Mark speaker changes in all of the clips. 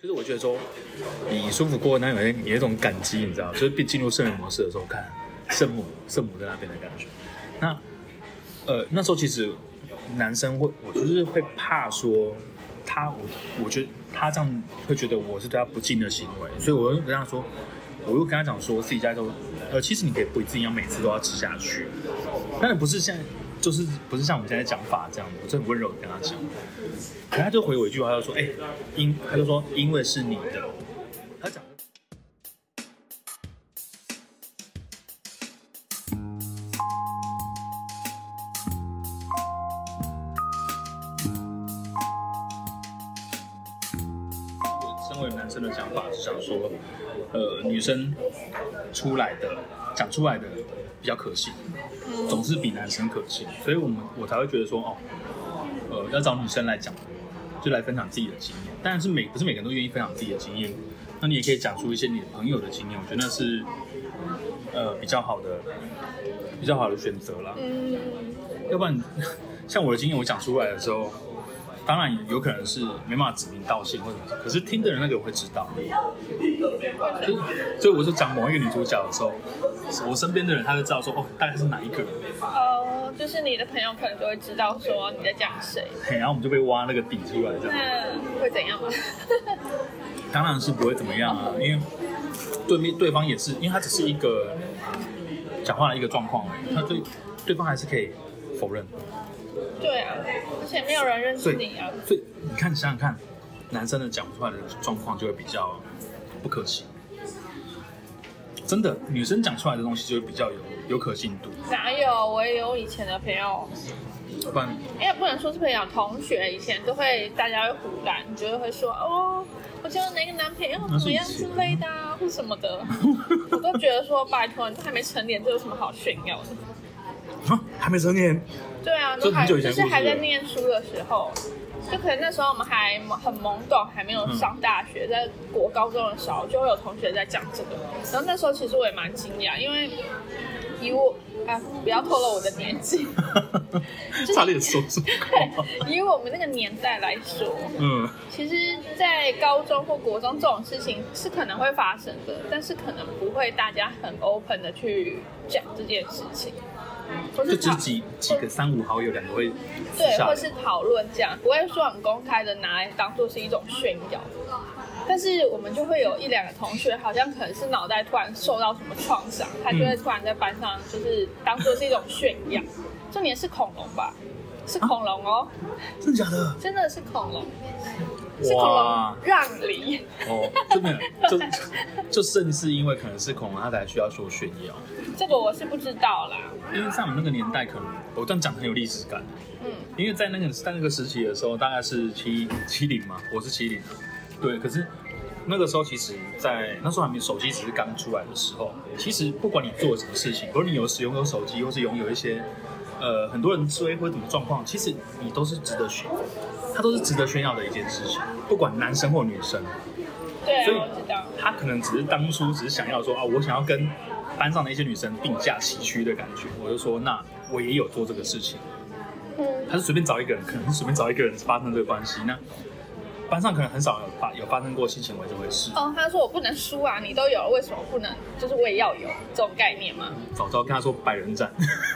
Speaker 1: 就是我觉得说，你舒服过那有一有一种感激，你知道，就是进进入圣人模式的时候，看圣母圣母在那边的感觉。那呃那时候其实男生会，我就是会怕说他，我我觉得他这样会觉得我是对他不敬的行为，所以我就跟他说，我又跟他讲说自己家都，呃其实你可以不一定要每次都要吃下去，但是不是像就是不是像我们现在讲法这样，我是很温柔的跟他讲。可他就回我一句话，他就说：“哎、因他就说因为是你的。”他讲我身为男生的想法是想说，呃，女生出来的讲出来的比较可信，总是比男生可信，所以我们我才会觉得说，哦，呃，要找女生来讲，就来分享自己的经验。当然是每不是每个人都愿意分享自己的经验，那你也可以讲出一些你的朋友的经验，我觉得那是呃比较好的比较好的选择啦。
Speaker 2: 嗯，
Speaker 1: 要不然 像我的经验，我讲出来的时候，当然有可能是没办法指名道姓或者什么，可是听的人那个会知道。就所以我就讲某一个女主角的时候，我身边的人他就知道说哦，大概是哪一个人，
Speaker 2: 哦，就是你的朋友可能就会知道说你在讲谁，
Speaker 1: 嘿，然后我们就被挖那个底出来这样。
Speaker 2: 那会怎样吗？
Speaker 1: 当然是不会怎么样啊，因为对面对方也是，因为他只是一个讲话的一个状况而已，他对对方还是可以否认。
Speaker 2: 对啊，而且没有人认
Speaker 1: 所
Speaker 2: 识
Speaker 1: 以
Speaker 2: 你啊。
Speaker 1: 所以你看，想想看，男生的讲不出来的状况就会比较不可信。真的，女生讲出来的东西就会比较有有可信度，
Speaker 2: 哪有？我也有以前的朋友，
Speaker 1: 不然
Speaker 2: 哎，不能说是朋友，同学以前都会，大家会胡乱，你就会说哦，我交了哪个男朋友怎么样之类的、啊，或什么的，我都觉得说，拜托，你都还没成年，这有什么好炫耀的？
Speaker 1: 啊还没成年，
Speaker 2: 对啊，
Speaker 1: 这
Speaker 2: 都还
Speaker 1: 很久
Speaker 2: 就
Speaker 1: 以前
Speaker 2: 是
Speaker 1: 的故事
Speaker 2: 还在
Speaker 1: 了
Speaker 2: 念书的时候，就可能那时候我们还懵很懵懂，还没有上大学，在国高中的时候就会有同学在讲这个，然后那时候其实我也蛮惊讶，因为以我啊不要透露我的 年纪，是
Speaker 1: 差点说出口。
Speaker 2: 以我们那个年代来说，
Speaker 1: 嗯，
Speaker 2: 其实，在高中或国中这种事情是可能会发生的，但是可能不会大家很 open 的去讲这件事情，或
Speaker 1: 就是只
Speaker 2: 讨
Speaker 1: 几几个三五好友，两个会私
Speaker 2: 对，
Speaker 1: 下
Speaker 2: 或是讨论这样，不会说很公开的拿来当做是一种炫耀。但是我们就会有一两个同学，好像可能是脑袋突然受到什么创伤，他就会突然在班上就是当做是一种炫耀。重点是恐龙吧？是恐龙哦，
Speaker 1: 啊真的假的？
Speaker 2: 真的是恐龙，是恐龙让梨。
Speaker 1: 哦，这没有，就 就甚至因为可能是恐龙，他才需要说炫耀。
Speaker 2: 这个我是不知道啦。
Speaker 1: 因为在我们那个年代，可能我这样讲很有历史感。
Speaker 2: 嗯，
Speaker 1: 因为在那个在那个时期的时候，大概是七七零嘛，我是七零啊。对，可是那个时候其实在，那时候还没手机只是刚出来的时候，其实不管你做什么事情，不论你有使用有手机，或是拥有一些呃很多人追或者怎么状况，其实你都是值得炫，它都是值得炫耀的一件事情，不管男生或女生。
Speaker 2: 对，
Speaker 1: 所以
Speaker 2: 我知道。
Speaker 1: 他可能只是当初只是想要说啊，我想要跟班上的一些女生并驾齐驱的感觉。我就说，那我也有做这个事情。
Speaker 2: 嗯，
Speaker 1: 他是随便找一个人，可能是随便找一个人发生这个关系。那班上可能很少有发有发生过性行为这回事。
Speaker 2: 哦，他说我不能输啊，你都有了，为什么不能？就是我也要有这种概念吗？
Speaker 1: 早知道跟他说百人斩，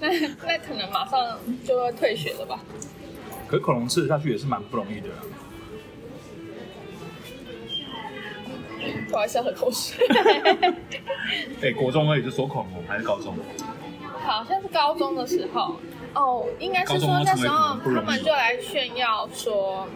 Speaker 2: 那那可能马上就会退学了吧？
Speaker 1: 可是恐龙吃得下去也是蛮不容易的啦。
Speaker 2: 不好意思，喝口水。
Speaker 1: 哎、国中而已就说恐龙，还是高中？
Speaker 2: 好像是高中的时候，哦，应该是说那时候他们就来炫耀说，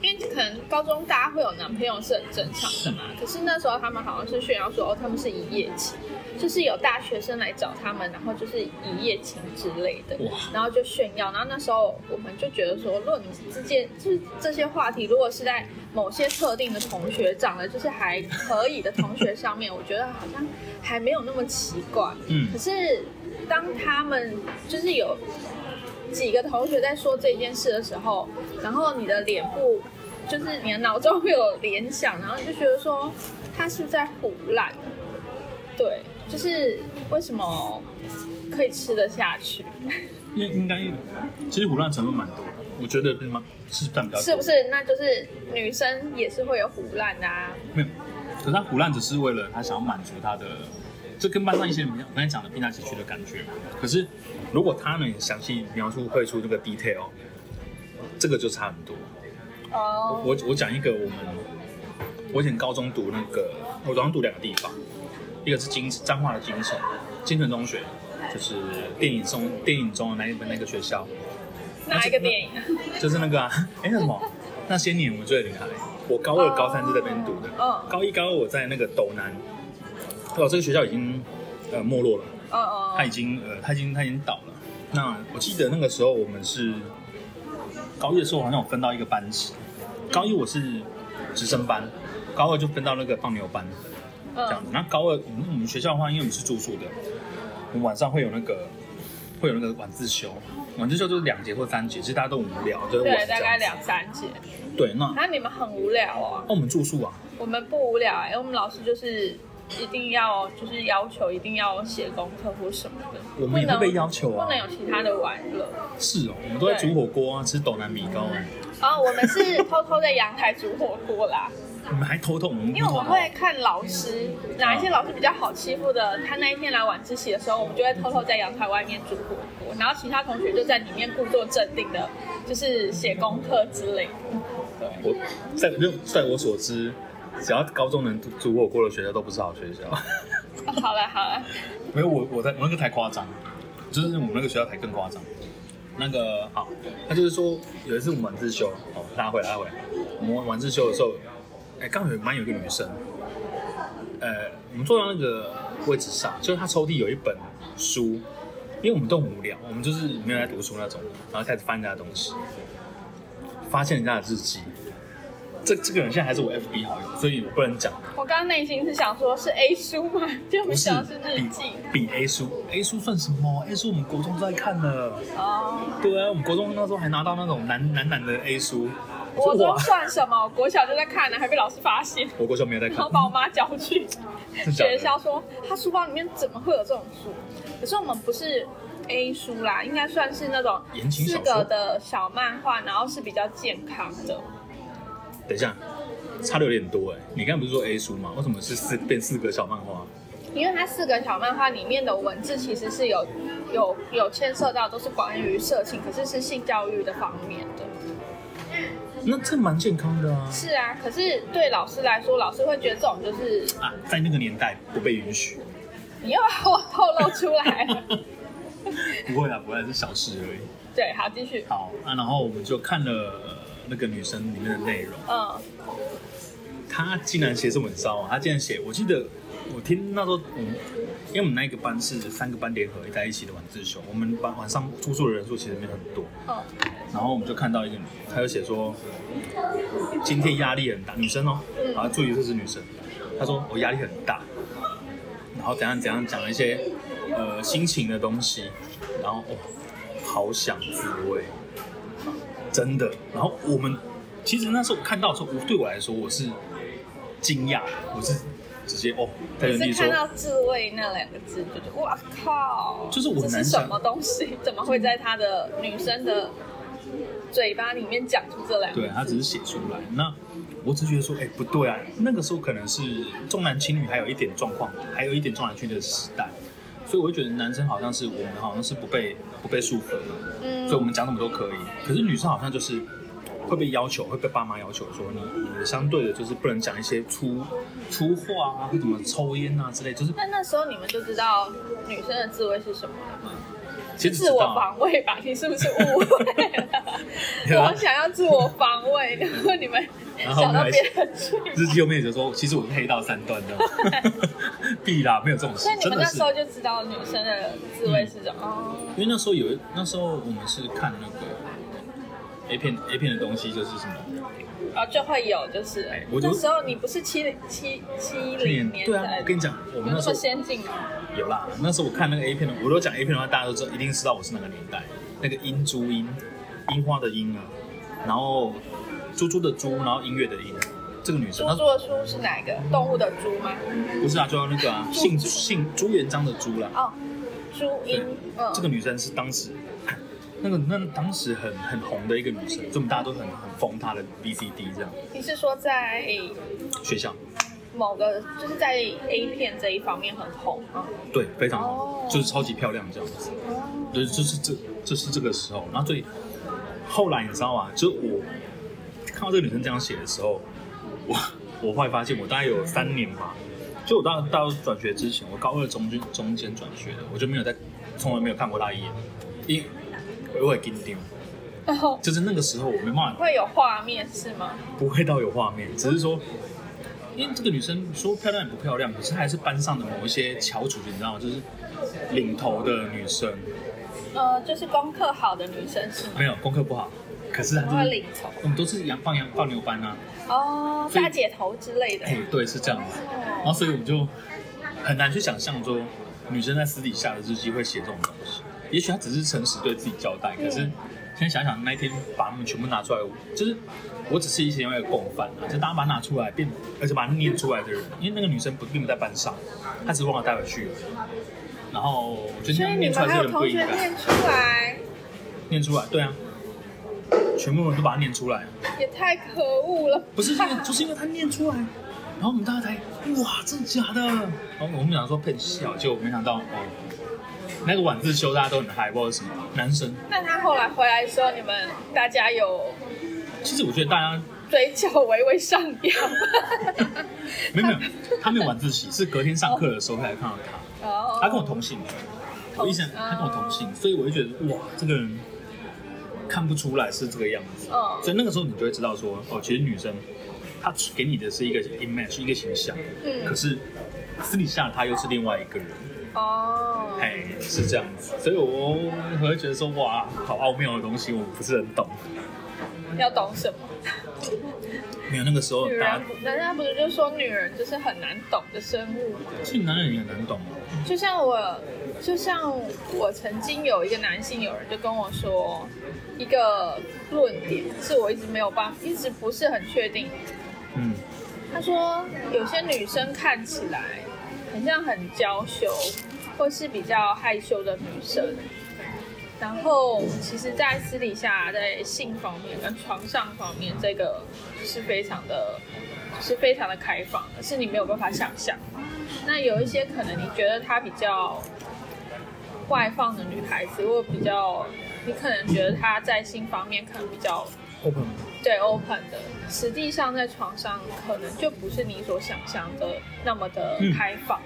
Speaker 2: 因为可能高中大家会有男朋友是很正常的嘛，可是那时候他们好像是炫耀说，哦，他们是一夜情，就是有大学生来找他们，然后就是一夜情之类的
Speaker 1: 哇，
Speaker 2: 然后就炫耀，然后那时候我们就觉得说，如果你之间就是这些话题，如果是在某些特定的同学长得就是还可以的同学上面，我觉得好像还没有那么奇怪。
Speaker 1: 嗯
Speaker 2: 可是当他们就是有几个同学在说这件事的时候，然后你的脸部就是你的脑中会有联想，然后你就觉得说他是不是在胡乱，对，就是为什么可以吃得下去？
Speaker 1: 应应该其实胡乱成分蛮多的，我觉得是蛮是占比较多
Speaker 2: 是不是？那就是女生也是会有胡烂的啊。
Speaker 1: 没有，可是他胡乱只是为了他想要满足他的，这跟班上一些人一样我刚才讲的冰淡崎岖的感觉嘛。可是如果他能详细描述绘出这个 detail，这个就差很多。
Speaker 2: 哦，
Speaker 1: 我我讲一个我们，我以前高中读那个，我高中读两个地方，一个是金彰化的金城，金城中学，就是电影中电影中的那一本那个学校，
Speaker 2: 哪一个电影啊？
Speaker 1: 就是那个啊， 哎、那什么，那些年我们追的女孩，我高二高三是在那边读的，
Speaker 2: 嗯
Speaker 1: 高一高二我在那个斗南，哦，这个学校已经呃没落了，
Speaker 2: 哦哦，
Speaker 1: 它已经呃它已经它已经倒了。那我记得那个时候我们是高一的时候好像有分到一个班级，高一我是直升班，高二就分到那个放牛班。这样
Speaker 2: 嗯
Speaker 1: 子。那高二，我们我们学校的话，因为我们是住宿的，我们晚上会有那个会有那个晚自修，晚自修就是两节或三节，其实大家都很无聊，就是
Speaker 2: 对
Speaker 1: 晚，
Speaker 2: 大概
Speaker 1: 这样
Speaker 2: 两三节。啊
Speaker 1: 子。对，那那
Speaker 2: 那你们很无聊哦，
Speaker 1: 我们住宿啊，
Speaker 2: 我们不无聊哎、我们老师就是一定要就是要求一定要写功课或什么的，
Speaker 1: 我们也
Speaker 2: 不
Speaker 1: 会
Speaker 2: 能
Speaker 1: 被要求啊
Speaker 2: 不能有其他的玩乐。
Speaker 1: 是哦，我们都在煮火锅啊，吃斗南米糕啊，
Speaker 2: 哦，我们是偷偷在阳台煮火锅啦，
Speaker 1: 我们还偷偷我们啊
Speaker 2: 因为我们会看老师哪一些老师比较好欺负的，他那一天来晚自习的时候，我们就会偷偷在阳台外面煮火锅，然后其他同学就在里面故作镇定的，就是写功课之类的。
Speaker 1: 我在在我所知，只要高中能煮火锅的学校都不是好学校。
Speaker 2: 哦好了好了，
Speaker 1: 没有，我我在我那个太夸张，就是我们那个学校才更夸张。那个好，他就是说有一次我们晚自修，哦，拉回来拉回来，我们晚自修的时候，哎、刚好有蛮有一个女生，呃，我们坐到那个位置上，就是她抽屉有一本书，因为我们都很无聊，我们就是没有在读书那种，然后开始翻人家的东西，发现人家的日记。这这个人现在还是我 FB 好友，所以我不能讲。
Speaker 2: 我刚刚内心是想说是 A 书吗？就
Speaker 1: 不
Speaker 2: 没
Speaker 1: 是
Speaker 2: 想到是日记
Speaker 1: 比比 A 书，A 书算什么？A 书我们国中都在看了。
Speaker 2: 哦。
Speaker 1: 对啊，我们国中那时候还拿到那种男男男的 A 书，
Speaker 2: 国中
Speaker 1: 哇，
Speaker 2: 算什么？我国小就在看了，还被老师发现，
Speaker 1: 我国中没有在看
Speaker 2: 然，后把我妈叫去
Speaker 1: 真假的
Speaker 2: 学校说，她书包里面怎么会有这种书？可是我们不是 A 书啦，应该算是那种
Speaker 1: 言情小
Speaker 2: 四
Speaker 1: 说
Speaker 2: 格的小漫画，然后是比较健康的。
Speaker 1: 等一下，差的有点多哎、你刚刚不是说 A 书吗？为什么是四变四个小漫画？
Speaker 2: 因为它四个小漫画里面的文字其实是有有有牵涉到都是关于色情，可是是性教育的方面的。
Speaker 1: 那这蛮健康的啊。
Speaker 2: 是啊，可是对老师来说，老师会觉得这种就是
Speaker 1: 啊，在那个年代不被允许。
Speaker 2: 你又把我透露出 来了。
Speaker 1: 不会啦，不会啦，是小事而已。
Speaker 2: 对，好，继续。
Speaker 1: 好啊，然后我们就看了呃那个女生里面的内容，
Speaker 2: 嗯，
Speaker 1: 她竟然写这么糟啊！她竟然写，我记得我听那时候我们。因为我们那一个班是三个班联合在一起的晚自修，我们班晚上住宿的人数其实没有很多，
Speaker 2: 嗯，
Speaker 1: 然后我们就看到一个女，她就写说，今天压力很大，女生哦，
Speaker 2: 嗯
Speaker 1: 好，注意这是女生，她说我压力很大，然后怎样怎样讲了一些呃心情的东西，然后哦，好想自慰，真的。然后我们其实那时候我看到的时候，我对我来说我是惊讶，我是直接哦，在原地
Speaker 2: 是
Speaker 1: 说
Speaker 2: 看，到“自慰”那两个字，就觉得哇靠，
Speaker 1: 就是我
Speaker 2: 这
Speaker 1: 难
Speaker 2: 是
Speaker 1: 想
Speaker 2: 什么东西？怎么会在他的女生的嘴巴里面讲出这两个
Speaker 1: 对
Speaker 2: 字？
Speaker 1: 他只是写出来。那我只是觉得说，哎、不对啊，那个时候可能是重男轻女还有一点状况，还有一点重男轻女的时代，所以我会觉得男生好像是我们好像是不被不被束缚的，所以我
Speaker 2: 嗯，
Speaker 1: 们讲什么都可以。可是女生好像就是会被要求，会被爸妈要求说你你相对的就是不能讲一些粗粗话啊，或怎么抽烟啊之类，就是
Speaker 2: 那那时候你们就知道女生的自慰是什么了吗？
Speaker 1: 其实知
Speaker 2: 自我
Speaker 1: 道啊
Speaker 2: 防卫吧？你是不是误会
Speaker 1: 对
Speaker 2: 了？
Speaker 1: 啊
Speaker 2: 我想要自我防卫，然后你们
Speaker 1: 然后
Speaker 2: 想到
Speaker 1: 呢
Speaker 2: 别人去吗。
Speaker 1: 日记后面就说，其实我是黑道三 段的， 必啦，没有这种事
Speaker 2: 所以，你
Speaker 1: 真
Speaker 2: 们
Speaker 1: 的
Speaker 2: 那
Speaker 1: 是
Speaker 2: 时。候就知道女生的自慰是什么？哦，
Speaker 1: 因为那时候有一那时候我们是看那个 A 片 A 片的东西，就是什么
Speaker 2: 哦，就会有，就是
Speaker 1: 哎我就
Speaker 2: 那时候你不是七零七七零年
Speaker 1: 对啊
Speaker 2: 代，
Speaker 1: 我跟你讲，我
Speaker 2: 有
Speaker 1: 们
Speaker 2: 那
Speaker 1: 那时候
Speaker 2: 么先进吗？
Speaker 1: 有啦，那时候我看那个 A 片的，我如果讲 A 片的话，大家都知道，一定知道我是哪个年代。那个樱珠樱，樱花的樱啊，然后猪猪的猪，然后音乐的音，这个女生
Speaker 2: 猪
Speaker 1: 她
Speaker 2: 猪的猪是哪一个动物的猪吗？
Speaker 1: 不是啊，就要那个啊，姓姓朱元璋的朱啦，
Speaker 2: 哦，朱
Speaker 1: 对
Speaker 2: 茵，嗯，
Speaker 1: 这个女生是当时 那个那当时很很红的一个女生，就我们大家都很很疯她的 B C D 这样
Speaker 2: 你是说在
Speaker 1: 学校，
Speaker 2: 某个就是在 A 片这一方面很红吗？
Speaker 1: 对，非常红，
Speaker 2: 哦
Speaker 1: 就是超级漂亮这样子。对，就是这，就是这个时候。然后所以后来你知道吗？就是我看到这个女生这样写的时候，我我后来发现我大概有三年吧，就我到到转学之前，我高二中间中间转学的，我就没有在从来没有看过她一眼，因为我也跟丢，
Speaker 2: 然后
Speaker 1: 就是那个时候我没办法
Speaker 2: 会有画面是吗？
Speaker 1: 不会到有画面，只是说，因为这个女生说漂亮也不漂亮，可是她还是班上的某一些翘楚，你知道吗？就是领头的女生，
Speaker 2: 呃，就是功课好的女生是吗？
Speaker 1: 没有功课不好，可是她啊
Speaker 2: 然
Speaker 1: 就
Speaker 2: 后
Speaker 1: 是
Speaker 2: 领头
Speaker 1: 我们都是羊放羊放牛班啊，
Speaker 2: 哦，
Speaker 1: 所以
Speaker 2: 大姐头之类的
Speaker 1: 哎、。对，是这样子。然后
Speaker 2: 哦
Speaker 1: 所以我们就很难去想象说，女生在私底下的日记会写这种东西。也许她只是诚实对自己交代，可是
Speaker 2: 嗯
Speaker 1: 现在想想，那一天把它们全部拿出来，就是我只是一些那个共犯啊，就大家把它拿出来，并而且把它念出来的人，因为那个女生不并不在班上，她只是忘了带回去而已。然后我觉得
Speaker 2: 所
Speaker 1: 那
Speaker 2: 以
Speaker 1: 样
Speaker 2: 你
Speaker 1: 念出来
Speaker 2: 们
Speaker 1: 是有
Speaker 2: 还有
Speaker 1: 点
Speaker 2: 同
Speaker 1: 不应
Speaker 2: 学
Speaker 1: 该，
Speaker 2: 念出来，
Speaker 1: 念出来，对啊，全部人都把它念出来。
Speaker 2: 也太可恶了吧。
Speaker 1: 不是因为，就是因为他念出来，然后我们大家才哇，真的假的？然后我们想说骗笑，结果没想到哦，那个晚自修大家都很嗨，不知道为什么男生。
Speaker 2: 那他后来回来的时候，你们大家有
Speaker 1: 其实我觉得大家
Speaker 2: 嘴角微微上扬吗？
Speaker 1: 没有 没有，他没有晚自习，是隔天上课的时候才看到他。
Speaker 2: 哦，
Speaker 1: 他跟我同姓，我一想他跟我同姓，所以我就觉得哇，这个人看不出来是这个样子。
Speaker 2: 嗯
Speaker 1: 所以那个时候你就会知道说，哦，其实女生她给你的是一个 image，一个形象，可
Speaker 2: 嗯，
Speaker 1: 是私底下她又是另外一个人。
Speaker 2: 哦，
Speaker 1: 哎，是这样子，所以我我会觉得说，哇，好奥妙的东西，我不是很懂。
Speaker 2: 要懂什么？
Speaker 1: 没有那个时候
Speaker 2: 女，
Speaker 1: 哦大家
Speaker 2: 人，人家不是啊就说女人就是很难懂的生物吗？
Speaker 1: 其实男人也难懂啊。
Speaker 2: 就像我，就像我曾经有一个男性友人就跟我说一个论点，是我一直没有办法，一直不是很确定。
Speaker 1: 嗯，
Speaker 2: 他说有些女生看起来很像很娇羞，或是比较害羞的女生，然后其实，在私底下在性方面跟床上方面，这个是非常的，是非常的开放的，是你没有办法想象。那有一些可能你觉得她比较外放的女孩子，或比较你可能觉得她在性方面可能比较
Speaker 1: open
Speaker 2: 对 open 的，实际上在床上可能就不是你所想象的那么的开放。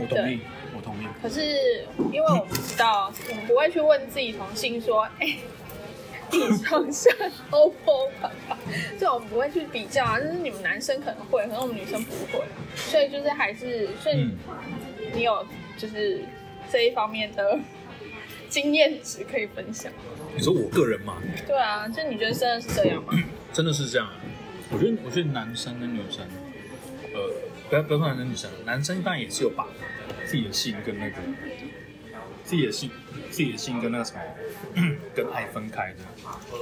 Speaker 1: 我同意，我同意。
Speaker 2: 可是因为我们知道，我们不会去问自己同性说，哎、 你床上 O 不 open 吧？这我们不会去比较啊，就是你们男生可能会，可是我们女生不会，所以就是还是，所以
Speaker 1: 嗯，
Speaker 2: 你有就是这一方面的 经验值可以分享。
Speaker 1: 你说我个人嘛，
Speaker 2: 对啊，就你觉得真的是这样吗？
Speaker 1: 真的是这样。啊我觉得，我觉得男生跟女生，呃，不要不要说男生女生，男生当然也是有把自己的性跟那个自己的性、自己的性跟那个什么 跟爱分开的。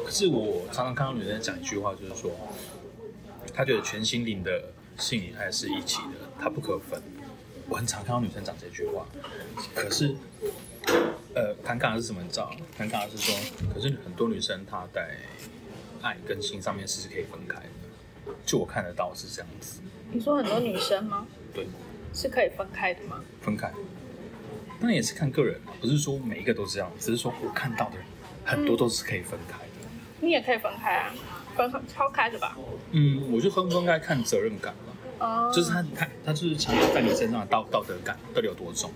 Speaker 1: 可是我常常看到女生讲一句话，就是说，她觉得全心灵的性与爱是一起的，它不可分。我很常看到女生讲这句话，可是，呃，尴尬的是什么？你知道吗？尴尬的是说，可是很多女生她在爱跟性上面是可以分开的，就我看得到是这样子，
Speaker 2: 你说很多女生吗？
Speaker 1: 对，
Speaker 2: 是可以分开的吗？
Speaker 1: 分开。当然也是看个人，啊不是说每一个都这样，只是说我看到的很多都是可以分开的。
Speaker 2: 你也可以分开啊，分开超开的吧？
Speaker 1: 嗯，我就分不分开看责任感吧，
Speaker 2: 哦
Speaker 1: 就是他他他就是强烈在你身上的道道德感到底有多重。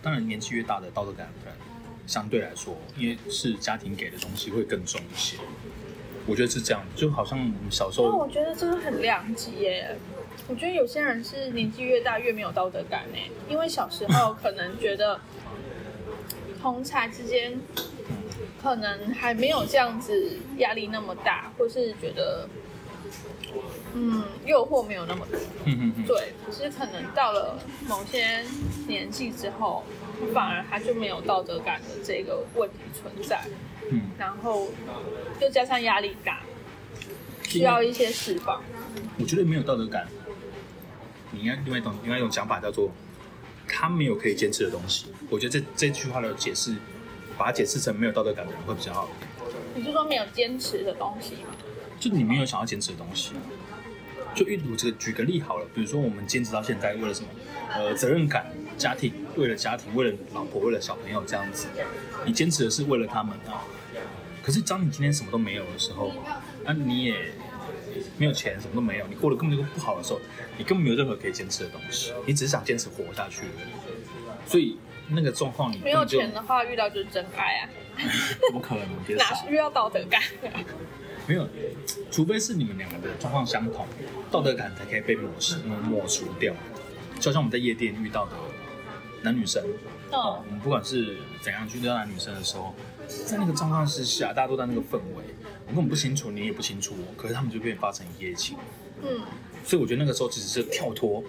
Speaker 1: 当然年纪越大的道德感相对来说，因为是家庭给的东西会更重一些。我觉得是这样，就好像我们小时
Speaker 2: 那
Speaker 1: 候
Speaker 2: 哦我觉得真的很两极耶。我觉得有些人是年纪越大越没有道德感哎，因为小时候可能觉得同才之间可能还没有这样子压力那么大，或是觉得嗯诱惑没有那么
Speaker 1: 嗯嗯嗯，
Speaker 2: 对，可是可能到了某些年纪之后，反而他就没有道德感的这个问题存在，
Speaker 1: 嗯，
Speaker 2: 然后又加上压力大，需要一些释放。
Speaker 1: 我觉得没有道德感。你应该另外一种另外一种讲法叫做他没有可以坚持的东西。我觉得这这句话的解释，把它解释成没有道德感的人会比较好。
Speaker 2: 你是说没有坚持的东西吗？
Speaker 1: 就你没有想要坚持的东西。就阅读这个举个例好了，比如说我们坚持到现在，为了什么？呃，责任感、家庭，为了家庭，为了老婆，为了小朋友这样子，你坚持的是为了他们啊。可是当你今天什么都没有的时候，啊，你也没有钱，什么都没有，你过得根本就不好的时候，你根本没有任何可以坚持的东西，你只是想坚持活下去而已。所以那个状况，你
Speaker 2: 没有钱的话，遇到就是真爱啊！
Speaker 1: 怎么可能？别
Speaker 2: 哪需要道德感？
Speaker 1: 没有，除非是你们两个的状况相同，道德感才可以被抹抹除掉。就像我们在夜店遇到的男女生，啊
Speaker 2: 哦，
Speaker 1: 我们不管是怎样去对待男女生的时候，在那个状况之下，大家都在那个氛围，我根本不清楚你也不清楚我，可是他们就变发生一夜情。
Speaker 2: 嗯，
Speaker 1: 所以我觉得那个时候其实是跳脱，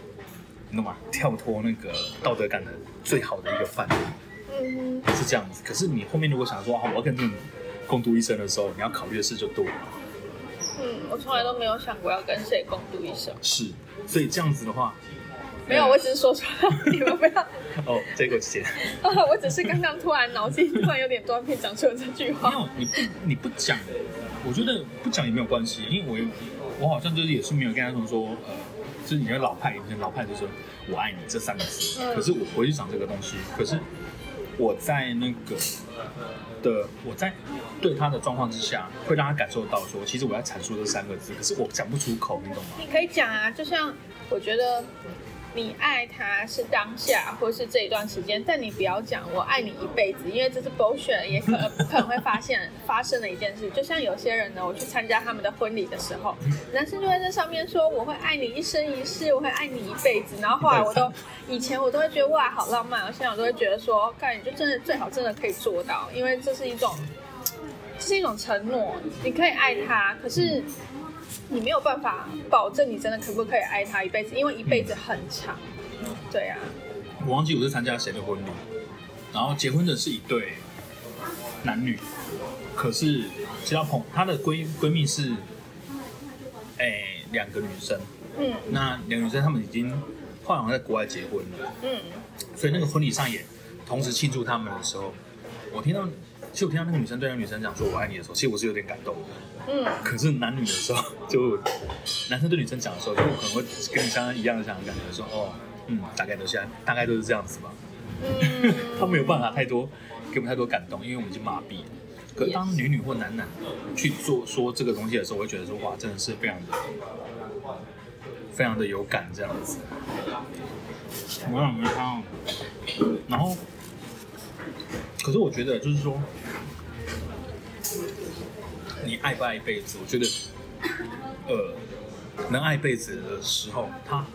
Speaker 1: 你懂吗？跳脱那个道德感的最好的一个范例。
Speaker 2: 嗯，
Speaker 1: 是这样子。可是你后面如果想说啊，我要跟这种共度一生的时候，你要考虑的事就多了。
Speaker 2: 嗯，我从来都没有想过要跟谁共度一生。
Speaker 1: 是，所以这样子的话，
Speaker 2: 没有，我只是说出来，你们不要。
Speaker 1: 哦，这个姐，
Speaker 2: 啊，我只是刚刚突然脑筋突然有点断片，讲出了这句
Speaker 1: 没
Speaker 2: 话。
Speaker 1: 有你不你不讲，我觉得不讲也没有关系，因为我也我好像就是也是没有跟他们说，呃，就是你们老派，你们老派就是我爱你这三个字，
Speaker 2: 嗯
Speaker 1: 可是我不会去讲这个东西，可是我在那个的我在对他的状况之下，会让他感受到说，其实我在阐述这三个字，可是我讲不出口，你懂吗？
Speaker 2: 你可以讲啊，就像我觉得你爱他是当下或是这一段时间，但你不要讲我爱你一辈子，因为这是 bullshit，也可可能会发现发生的一件事。就像有些人呢，我去参加他们的婚礼的时候，男生就会在上面说我会爱你一生一世，我会爱你一辈子。然后后来我都以前我都会觉得哇好浪漫哦，现在我都会觉得说，干你就真的最好真的可以做到，因为这是一种。这是一种承诺，你可以爱他，可是你没有办法保证你真的可不可以爱他一辈子，因为一辈子很长。对啊，
Speaker 1: 我忘记我是参加谁的婚礼，然后结婚的是一对男女，可是其他朋她的闺闺蜜是，哎、两个女生，
Speaker 2: 嗯
Speaker 1: 那两个女生她们已经后来好像在国外结婚了，
Speaker 2: 嗯，
Speaker 1: 所以那个婚礼上也同时庆祝他们的时候，我听到，其实我听到那个女生对那个女生讲说我爱你的时候，其实我是有点感动的，
Speaker 2: 嗯，
Speaker 1: 可是男女的时候， 就男生对女生讲的时候，就我可能会跟你相一样的想感觉说哦，嗯，大概都现在大概都是这样子吧。
Speaker 2: 嗯
Speaker 1: 他没有办法太多给我们太多感动，因为我们已经麻痹了。可是当女女或男男去做说这个东西的时候，我会觉得说哇，真的是非常的非常的有感这样子。我想没看到，然后，可是我觉得就是说，你爱不爱一辈子？我觉得，呃，能爱一辈子的时候，他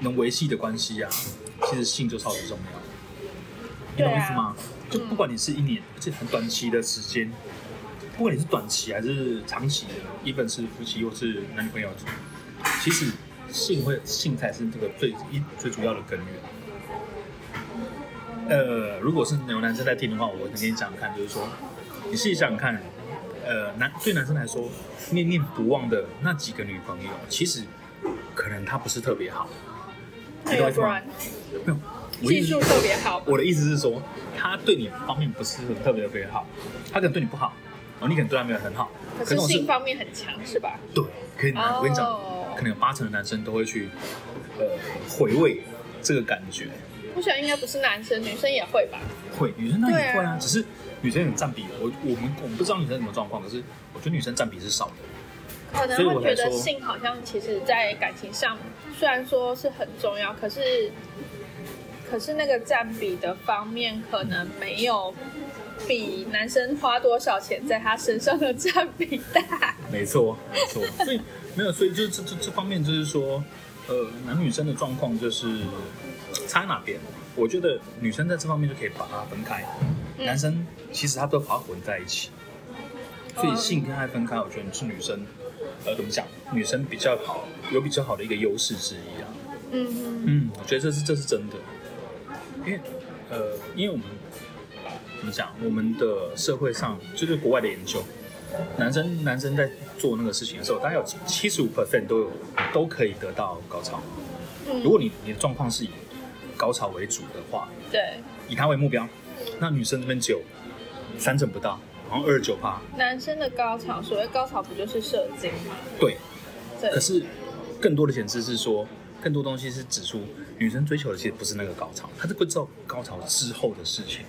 Speaker 1: 能维系的关系啊，其实性就超级重要。你懂我意思吗？就不管你是一年，而且很短期的时间，不管你是短期还是长期的，even 是夫妻或是男女朋友，其实性会性才是这个最一最主要的根源。呃，如果是有男生在听的话，我能跟你讲看，就是说，你试想想看，呃，男对男生来说，念念不忘的那几个女朋友，其实可能她不是特别好，你
Speaker 2: 哎
Speaker 1: 懂我
Speaker 2: 要
Speaker 1: 意思
Speaker 2: 不
Speaker 1: 吗
Speaker 2: 然？
Speaker 1: 没有，我
Speaker 2: 嗯技
Speaker 1: 意思
Speaker 2: 术
Speaker 1: 是
Speaker 2: 特别好，
Speaker 1: 我的意思是说，他对你方面不是很特别特别好，他可能对你不好，哦，你可能对他没有很好，
Speaker 2: 可
Speaker 1: 可
Speaker 2: 是
Speaker 1: 能我是
Speaker 2: 性方面很强，是吧？
Speaker 1: 对，可以拿。我跟你讲
Speaker 2: 哦，
Speaker 1: 可能有八成的男生都会去呃回味这个感觉，
Speaker 2: 我想应该不是男生，女生也会吧？
Speaker 1: 会女生当然也会
Speaker 2: 对
Speaker 1: 啊，
Speaker 2: 啊
Speaker 1: 只是女生有占比，我我们我们不知道女生什么状况，可是我觉得女生占比是少的。
Speaker 2: 可能
Speaker 1: 所以
Speaker 2: 会
Speaker 1: 我才
Speaker 2: 觉得
Speaker 1: 说
Speaker 2: 性好像其实，在感情上虽然说是很重要，可是可是那个占比的方面可能没有比男生花多少钱在他身上的占比大。
Speaker 1: 没错，没错。所以没有，所以就是这这这方面就是说，呃，男女生的状况就是差在哪边？我觉得女生在这方面就可以把它分开，
Speaker 2: 嗯
Speaker 1: 男生其实他都把它混在一起，所以性跟爱分开，我觉得是女生，呃，怎么讲？女生比较好，有比较好的一个优势之一啊。
Speaker 2: 嗯，
Speaker 1: 嗯，我觉得这是这是真的，因为呃，因为我们怎么讲，我们的社会上就是国外的研究，男生男生在做那个事情的时候，大概有七十五 percent 都有都可以得到高潮。
Speaker 2: 嗯
Speaker 1: 如果你你的状况是以高潮为主的话，
Speaker 2: 对，
Speaker 1: 以它为目标，那女生那边只有三成不到，然后二十九趴，
Speaker 2: 男生的高潮，所谓高潮不就是射精吗？
Speaker 1: 对。
Speaker 2: 对
Speaker 1: 可，是更多的显示是说，更多东西是指出女生追求的其实不是那个高潮，她是会知道高潮之后的事情，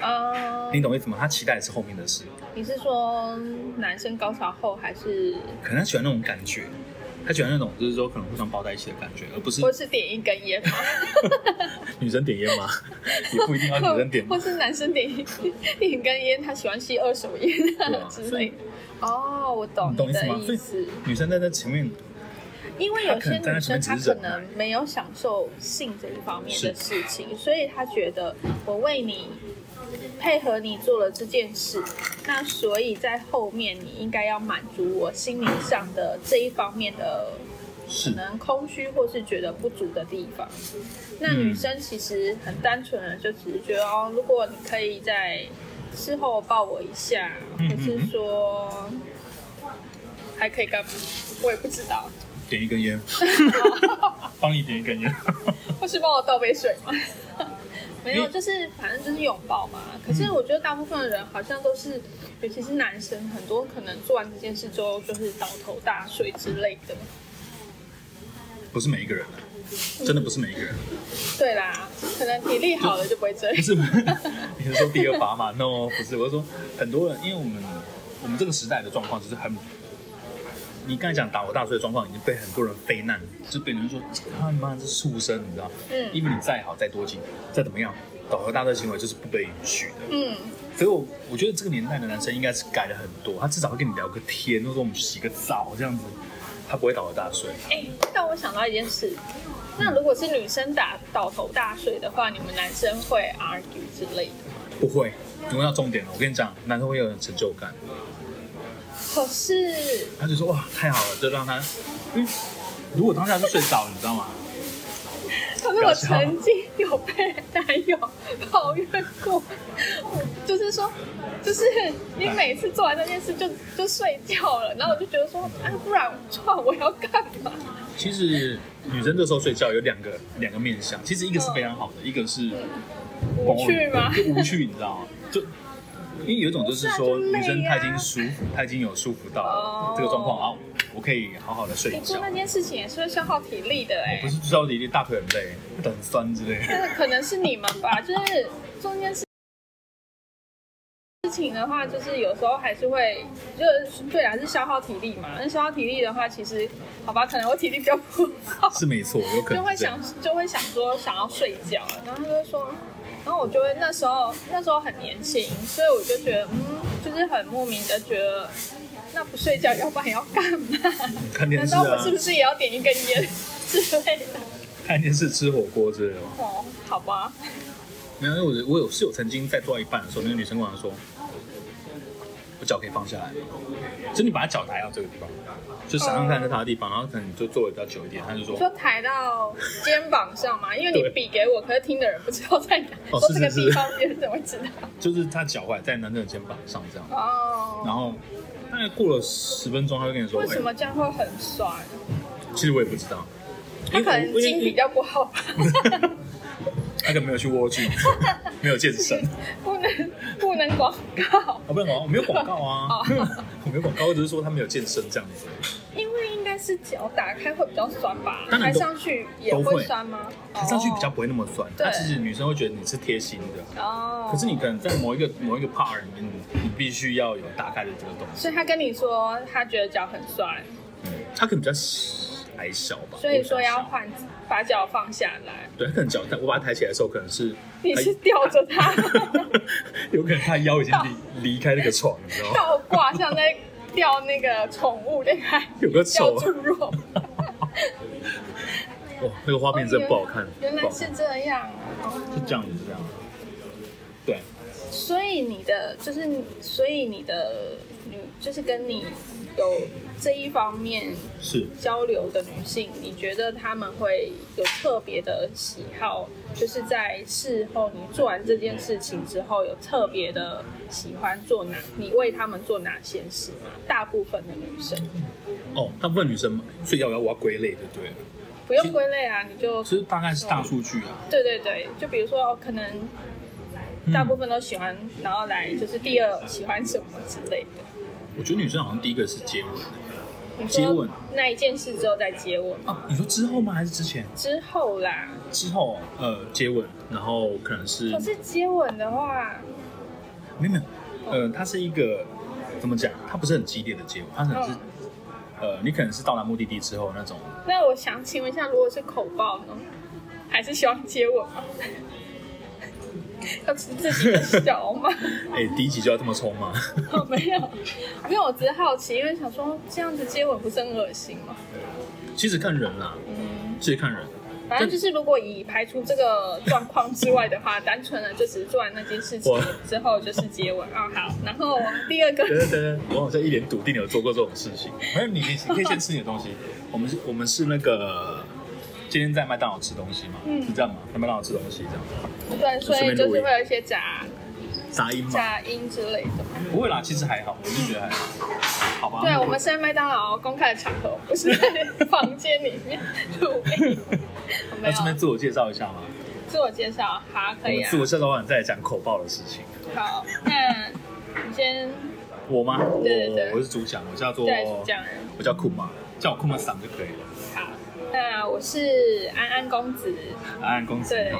Speaker 2: 呃，
Speaker 1: 你懂意思吗？她期待的是后面的事，
Speaker 2: 你是说男生高潮后还是
Speaker 1: 可能她喜欢那种感觉，她喜欢那种就是说可能互相抱在一起的感觉，而不是
Speaker 2: 或是点一根烟吗？
Speaker 1: 女生点烟吗？也不一 定要女生点
Speaker 2: 或，或是男生点一点一根烟，他喜欢吸二手烟
Speaker 1: 对啊
Speaker 2: 啊 之类的。哦，我懂
Speaker 1: 你懂意思
Speaker 2: 的
Speaker 1: 吗？所
Speaker 2: 意
Speaker 1: 以
Speaker 2: 思，
Speaker 1: 女生在那前面
Speaker 2: 因为有
Speaker 1: 她可
Speaker 2: 些女
Speaker 1: 能在那
Speaker 2: 生她
Speaker 1: 边只是
Speaker 2: 可
Speaker 1: 忍耐
Speaker 2: 能没有享受性这一方面的事情，所以她觉得我为你配合你做了这件事，那所以在后面你应该要满足我心灵上的这一方面的
Speaker 1: 是
Speaker 2: 可能空虚或是觉得不足的地方。那
Speaker 1: 嗯
Speaker 2: 女生其实很单纯的，就只是觉得哦，如果你可以在事后抱我一下，
Speaker 1: 嗯
Speaker 2: 或是说还可以干嘛，我也不知 道，
Speaker 1: 点一根烟，帮你点一根烟，
Speaker 2: 或是帮我倒杯水嘛。没
Speaker 1: 因
Speaker 2: 有，
Speaker 1: 为
Speaker 2: 就是反正就是拥抱嘛。可
Speaker 1: 嗯
Speaker 2: 是我觉得大部分的人好像都是，尤其是男生，很多可能做完这件事之后就是倒头大睡之类的。
Speaker 1: 不是每一个人啊，真的不是每一个人。
Speaker 2: 对啦，可能体力好了就不会这样
Speaker 1: 不。是， 你是说第二把嘛？No，不是，我是说很多人，因为我们我们这个时代的状况就是很，你刚才讲打我大睡的状况已经被很多人非难，就被人说他妈是畜生，你知道？
Speaker 2: 嗯
Speaker 1: 因为你再好再多情再怎么样，倒头大睡行为就是不被允许的。
Speaker 2: 嗯，
Speaker 1: 所以我我觉得这个年代的男生应该是改了很多，他至少会跟你聊个天，或者我们洗个澡这样子，他不会倒头大睡。
Speaker 2: 哎、但我想到一件事，那如果是女生打倒头大睡的话，你们男生会 argue 之类的。
Speaker 1: 不会，你问到重点了，我跟你讲，男生会有成就感。
Speaker 2: 可是，
Speaker 1: 他就说哇太好了，就让他，因为如果当下就睡着，你知道吗？
Speaker 2: 可是我曾经有被男友抱怨过，就是说，就是你每次做完那件事就就睡觉了，然后我就觉得说，啊，不然我做完我要干嘛？
Speaker 1: 其实女生这时候睡觉有两个两个面向，其实一个是非常好的，一个是
Speaker 2: 无趣吗？
Speaker 1: 就无趣，你知道吗？就因为有一种就是说
Speaker 2: 不是啊就累
Speaker 1: 女
Speaker 2: 啊
Speaker 1: 生她已经舒服，她已经有舒服到
Speaker 2: 哦
Speaker 1: 这个状况啊，我可以好好的睡
Speaker 2: 你
Speaker 1: 一
Speaker 2: 做
Speaker 1: 觉，
Speaker 2: 那件事情也是会消耗体力的哎、
Speaker 1: 不是知道你大腿很累、很酸之类的。
Speaker 2: 这个可能是你们吧，就是做这件事事情的话，就是有时候还是会，就是对啊，是消耗体力嘛。那消耗体力的话，其实好吧，可能我体力比较不好，
Speaker 1: 是没错，有可
Speaker 2: 就
Speaker 1: 能
Speaker 2: 会
Speaker 1: 是这
Speaker 2: 想
Speaker 1: 样。
Speaker 2: 就会想说想要睡觉，啊然后他就会说，然后我就会那时候那时候很年轻，所以我就觉得嗯，就是很莫名的觉得。那不睡觉，要不然要干嘛？
Speaker 1: 看电
Speaker 2: 难
Speaker 1: 视
Speaker 2: 道
Speaker 1: 啊
Speaker 2: 我是不是也要点一根烟之类的？
Speaker 1: 看电视、吃火锅之类的吗？
Speaker 2: 哦，好吧。
Speaker 1: 没有，因为我我有是有曾经在做到一半的时候，那个女生跟我说，我脚可以放下来，就你把她脚抬到这个地方，就想象看在她的地方，然后可能你就坐的比较久一点，她就说
Speaker 2: 就抬到肩膀上嘛，因为
Speaker 1: 对
Speaker 2: 你比给我，可是听的人不知道在哪，
Speaker 1: 哦
Speaker 2: 说
Speaker 1: 是
Speaker 2: 这个
Speaker 1: 是是
Speaker 2: 地方别人怎么会知道？
Speaker 1: 就是她脚踝在男生的肩膀上这样，然
Speaker 2: 哦，
Speaker 1: 后大概过了十分钟，她就跟你说，
Speaker 2: 为什么这样会很酸？
Speaker 1: 哎其实我也不知道，
Speaker 2: 他可能筋比较不好吧，
Speaker 1: 她可能没有去蜗居， 没有健身，
Speaker 2: 不能不能广告，
Speaker 1: 我不能广告，我没有广告啊
Speaker 2: 哦，
Speaker 1: 我没有广告，我只是说她没有健身这样子，
Speaker 2: 因为应该是脚打开会比较酸吧？
Speaker 1: 当然
Speaker 2: 抬
Speaker 1: 都
Speaker 2: 上去也
Speaker 1: 都会
Speaker 2: 会酸吗？
Speaker 1: 她上去比较不会那么酸，
Speaker 2: 对
Speaker 1: 她其实女生会觉得你是贴心的。
Speaker 2: 哦，
Speaker 1: 可是你可能在某一个某一个 part 里面，你你必须要有大概的这个东西。
Speaker 2: 哦所以他跟你说他觉得脚很酸，
Speaker 1: 嗯，他可能比较矮小吧，
Speaker 2: 所以说要
Speaker 1: 我想一下。
Speaker 2: 换把脚放下来。
Speaker 1: 对，他可能脚，我把它抬起来的时候，可能是
Speaker 2: 你是吊着他
Speaker 1: 哎有可能他腰已经离离开那个床， 你知道吗？
Speaker 2: 倒挂，像在吊那个宠物恋爱，
Speaker 1: 有 个
Speaker 2: 吊
Speaker 1: 丑，
Speaker 2: 猪 肉。
Speaker 1: 哇，哦那个画面真的不好看，
Speaker 2: 哦原
Speaker 1: 不
Speaker 2: 来
Speaker 1: 好
Speaker 2: 是
Speaker 1: 看
Speaker 2: 这样，啊
Speaker 1: 是这样子，这样。对，
Speaker 2: 所以你的就是你，所以你的女就是跟你有这一方面
Speaker 1: 是
Speaker 2: 交流的女性，你觉得她们会有特别的喜好，就是在事后你做完这件事情之后，有特别的喜欢做哪？你为她们做哪些事吗？大部分的女生，
Speaker 1: 哦。大部分女生嘛，睡觉我要我要归类，对不对了？
Speaker 2: 不用归类啊，你就
Speaker 1: 其实大概是大数据啊，
Speaker 2: 对对对，就比如说哦可能大部分都喜欢，然后来就是第二喜欢什么之类的。
Speaker 1: 我觉得女生好像第一个是接吻
Speaker 2: 你
Speaker 1: 接
Speaker 2: 说
Speaker 1: 吻
Speaker 2: 那一件事之后再接吻
Speaker 1: 啊，你说之后吗？还是之前？
Speaker 2: 之后啦，
Speaker 1: 之后呃接吻，然后可能是
Speaker 2: 可是接吻的话，
Speaker 1: 没有没有，呃，它是一个怎么讲？它不是很激烈的接吻，它可能是、
Speaker 2: 嗯
Speaker 1: 呃，你可能是到达目的地之后那种，
Speaker 2: 那我想请问一下，如果是口爆呢，还是希望接吻吗？ 要吃自己的手吗？
Speaker 1: 哎、第一集就要这么冲吗？
Speaker 2: 哦，没有，没有，我只是好奇，因为想说这样子接吻不是很恶心吗？
Speaker 1: 其实看人啦，
Speaker 2: 嗯
Speaker 1: 其实看人。
Speaker 2: 反正就是，如果以排除这个状况之外的话， 单纯的就只是做完那件事情
Speaker 1: 哇
Speaker 2: 之后就是接吻啊、好，然后第二个
Speaker 1: 等等等等，我好像一脸笃定有做过这种事情。没有，你可以你可以先吃你的东西。我们是，我们是那个今天在麦当劳吃东西嘛，
Speaker 2: 嗯
Speaker 1: 是这样吗？在麦当劳吃东西这样，
Speaker 2: 对，所以就是会有一些杂
Speaker 1: 杂音嘛？
Speaker 2: 杂音之类的。
Speaker 1: 不会啦，其实还好，我就觉得还好，好吧？
Speaker 2: 对，我 们是在麦当劳公开的场合，不是在房间里面录音。没
Speaker 1: 那这
Speaker 2: 有
Speaker 1: 边自我介绍一下吗？
Speaker 2: 自我介绍，好，
Speaker 1: 我
Speaker 2: 可以
Speaker 1: 们
Speaker 2: 啊
Speaker 1: 自。我介绍完再讲口爆的事情。
Speaker 2: 好，那你先
Speaker 1: 我吗？我
Speaker 2: 对对对
Speaker 1: 我是主讲，我叫做
Speaker 2: 对主讲人。
Speaker 1: 我叫库玛，叫我库玛桑就可以了。
Speaker 2: 好，那我是安安公子，
Speaker 1: 安安公司
Speaker 2: 对。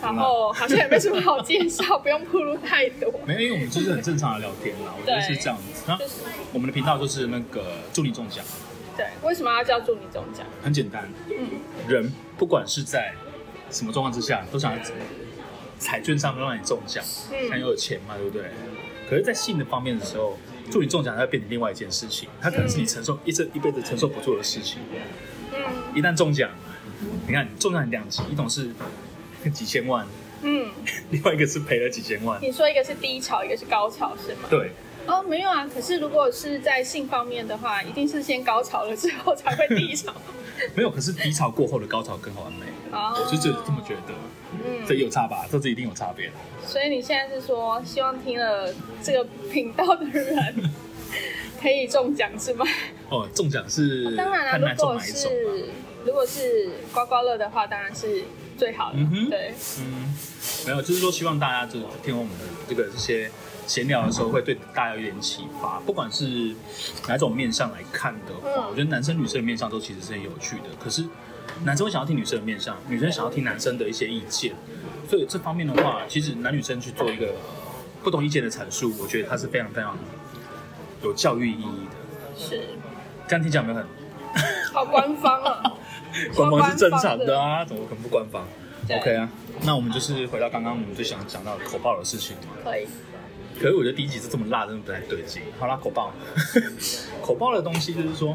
Speaker 2: 然后 好像也没什么好介绍，不用铺路太多。
Speaker 1: 没有，因为我们就是很正常的聊天啦，我觉得
Speaker 2: 对嗯
Speaker 1: 是这样子。那
Speaker 2: 就是
Speaker 1: 我们的频道就是那个祝你中奖，
Speaker 2: 对，为什么要叫助理中奖？
Speaker 1: 很简单，
Speaker 2: 嗯，
Speaker 1: 人不管是在什么状况之下，都想要彩券上都让你中奖，
Speaker 2: 嗯
Speaker 1: 才有钱嘛，对不对？可是，在性的方面的时候，祝你中奖，它会变成另外一件事情，它可能是你承受一生一辈子承受不住的事情。
Speaker 2: 嗯
Speaker 1: 一旦中奖，你看中奖两级，一种是几千万，
Speaker 2: 嗯，
Speaker 1: 另外一个是赔了几千万。
Speaker 2: 你说一个是低潮，一个是高潮，是吗？
Speaker 1: 对，
Speaker 2: 哦，没有啊。可是如果是在性方面的话，一定是先高潮了之后才会低潮。
Speaker 1: 没有，可是低潮过后的高潮更完美，
Speaker 2: 哦，
Speaker 1: 我是这这么觉得，
Speaker 2: 嗯
Speaker 1: 这有差吧？这是一定有差别的。
Speaker 2: 哦所以你现在是说，希望听了这个频道的 人可以中奖是吗？
Speaker 1: 哦，中奖是
Speaker 2: 当然
Speaker 1: 看
Speaker 2: 了，
Speaker 1: 那
Speaker 2: 如
Speaker 1: 中
Speaker 2: 果
Speaker 1: 哪一种啊嘛。
Speaker 2: 是如果是刮刮乐的话，当然是最好的。
Speaker 1: 嗯哼
Speaker 2: 对，
Speaker 1: 嗯，没有，就是说希望大家就是听我们的这个这些闲聊的时候，会对大家有点启发。不管是哪种面向来看的话，
Speaker 2: 嗯
Speaker 1: 我觉得男生女生的面向都其实是很有趣的。可是男生会想要听女生的面向，女生想要听男生的一些意见，所以这方面的话，其实男女生去做一个不同意见的阐述，我觉得它是非常非常有教育意义的。
Speaker 2: 是
Speaker 1: 这样听起来有没有很
Speaker 2: 好官方 啊。
Speaker 1: 官方是正常
Speaker 2: 超官
Speaker 1: 的啊，怎么可能不官方
Speaker 2: 对
Speaker 1: ？OK 啊，那我们就是回到刚刚我们最想讲到的口爆的事情嘛。
Speaker 2: 可以，，
Speaker 1: 可是我觉得第一集是这么辣，真的不太对劲。好啦，口爆， 口爆的东西就是说，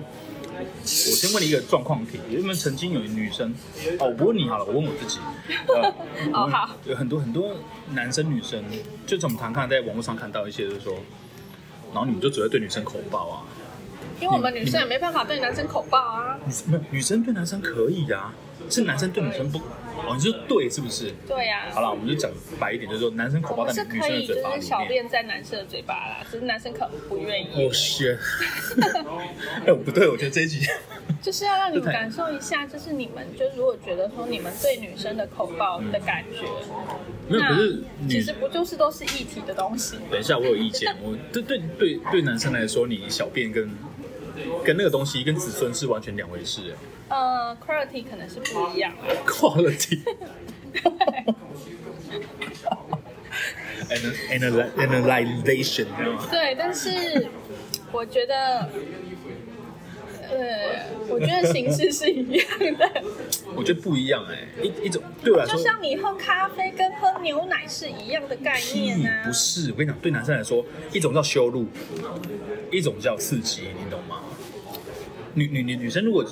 Speaker 1: 我先问你一个状况题：有没有曾经有女生？哦，我不问你好了，我问我自己。呃
Speaker 2: 哦好，
Speaker 1: 有很多很多男生女生，就从我们常看在网络上看到一些，就是说，然后你们就只会对女生口爆啊？
Speaker 2: 因为我们女生也没办法对男生口爆啊。
Speaker 1: 女生没有，女生对男生可以啊，是男生对女生不？哦，你说对是不是？
Speaker 2: 对啊呀、
Speaker 1: 好了，我们就讲白一点，就是说男生口
Speaker 2: 我
Speaker 1: 爆
Speaker 2: 们
Speaker 1: 在
Speaker 2: 是
Speaker 1: 女
Speaker 2: 可
Speaker 1: 生的
Speaker 2: 以，
Speaker 1: 嘴
Speaker 2: 就
Speaker 1: 巴
Speaker 2: 是小
Speaker 1: 里面。
Speaker 2: 练在男生的嘴巴啦，只是男生可能不愿意。
Speaker 1: 哦，天！ 哎，不对，我觉得这一集。
Speaker 2: 就是要让你们感受一下，就是你们就如果觉得说你们对女生的口爆的感觉，
Speaker 1: 嗯没有，可是
Speaker 2: 那其
Speaker 1: 女
Speaker 2: 实，不就是都是一体的东西？
Speaker 1: 等一下我有意见，我 对对对对男生来说，你小便跟跟那个东西跟子孙是完全两回事哎
Speaker 2: 呃，quality 可能是不一样啊。
Speaker 1: ，quality and and analyzation，你知道吗？
Speaker 2: 对，但是我觉得，呃，我觉得形式是一样 的，
Speaker 1: 我觉得不一样哎，一一种对我来
Speaker 2: 就
Speaker 1: 说。
Speaker 2: 像你喝咖啡跟喝牛奶是一样的概念
Speaker 1: 屁
Speaker 2: 啊。
Speaker 1: 不是，我跟你讲，对男生来说，一种叫羞辱，一种叫刺激，你懂吗？女女女女生，如果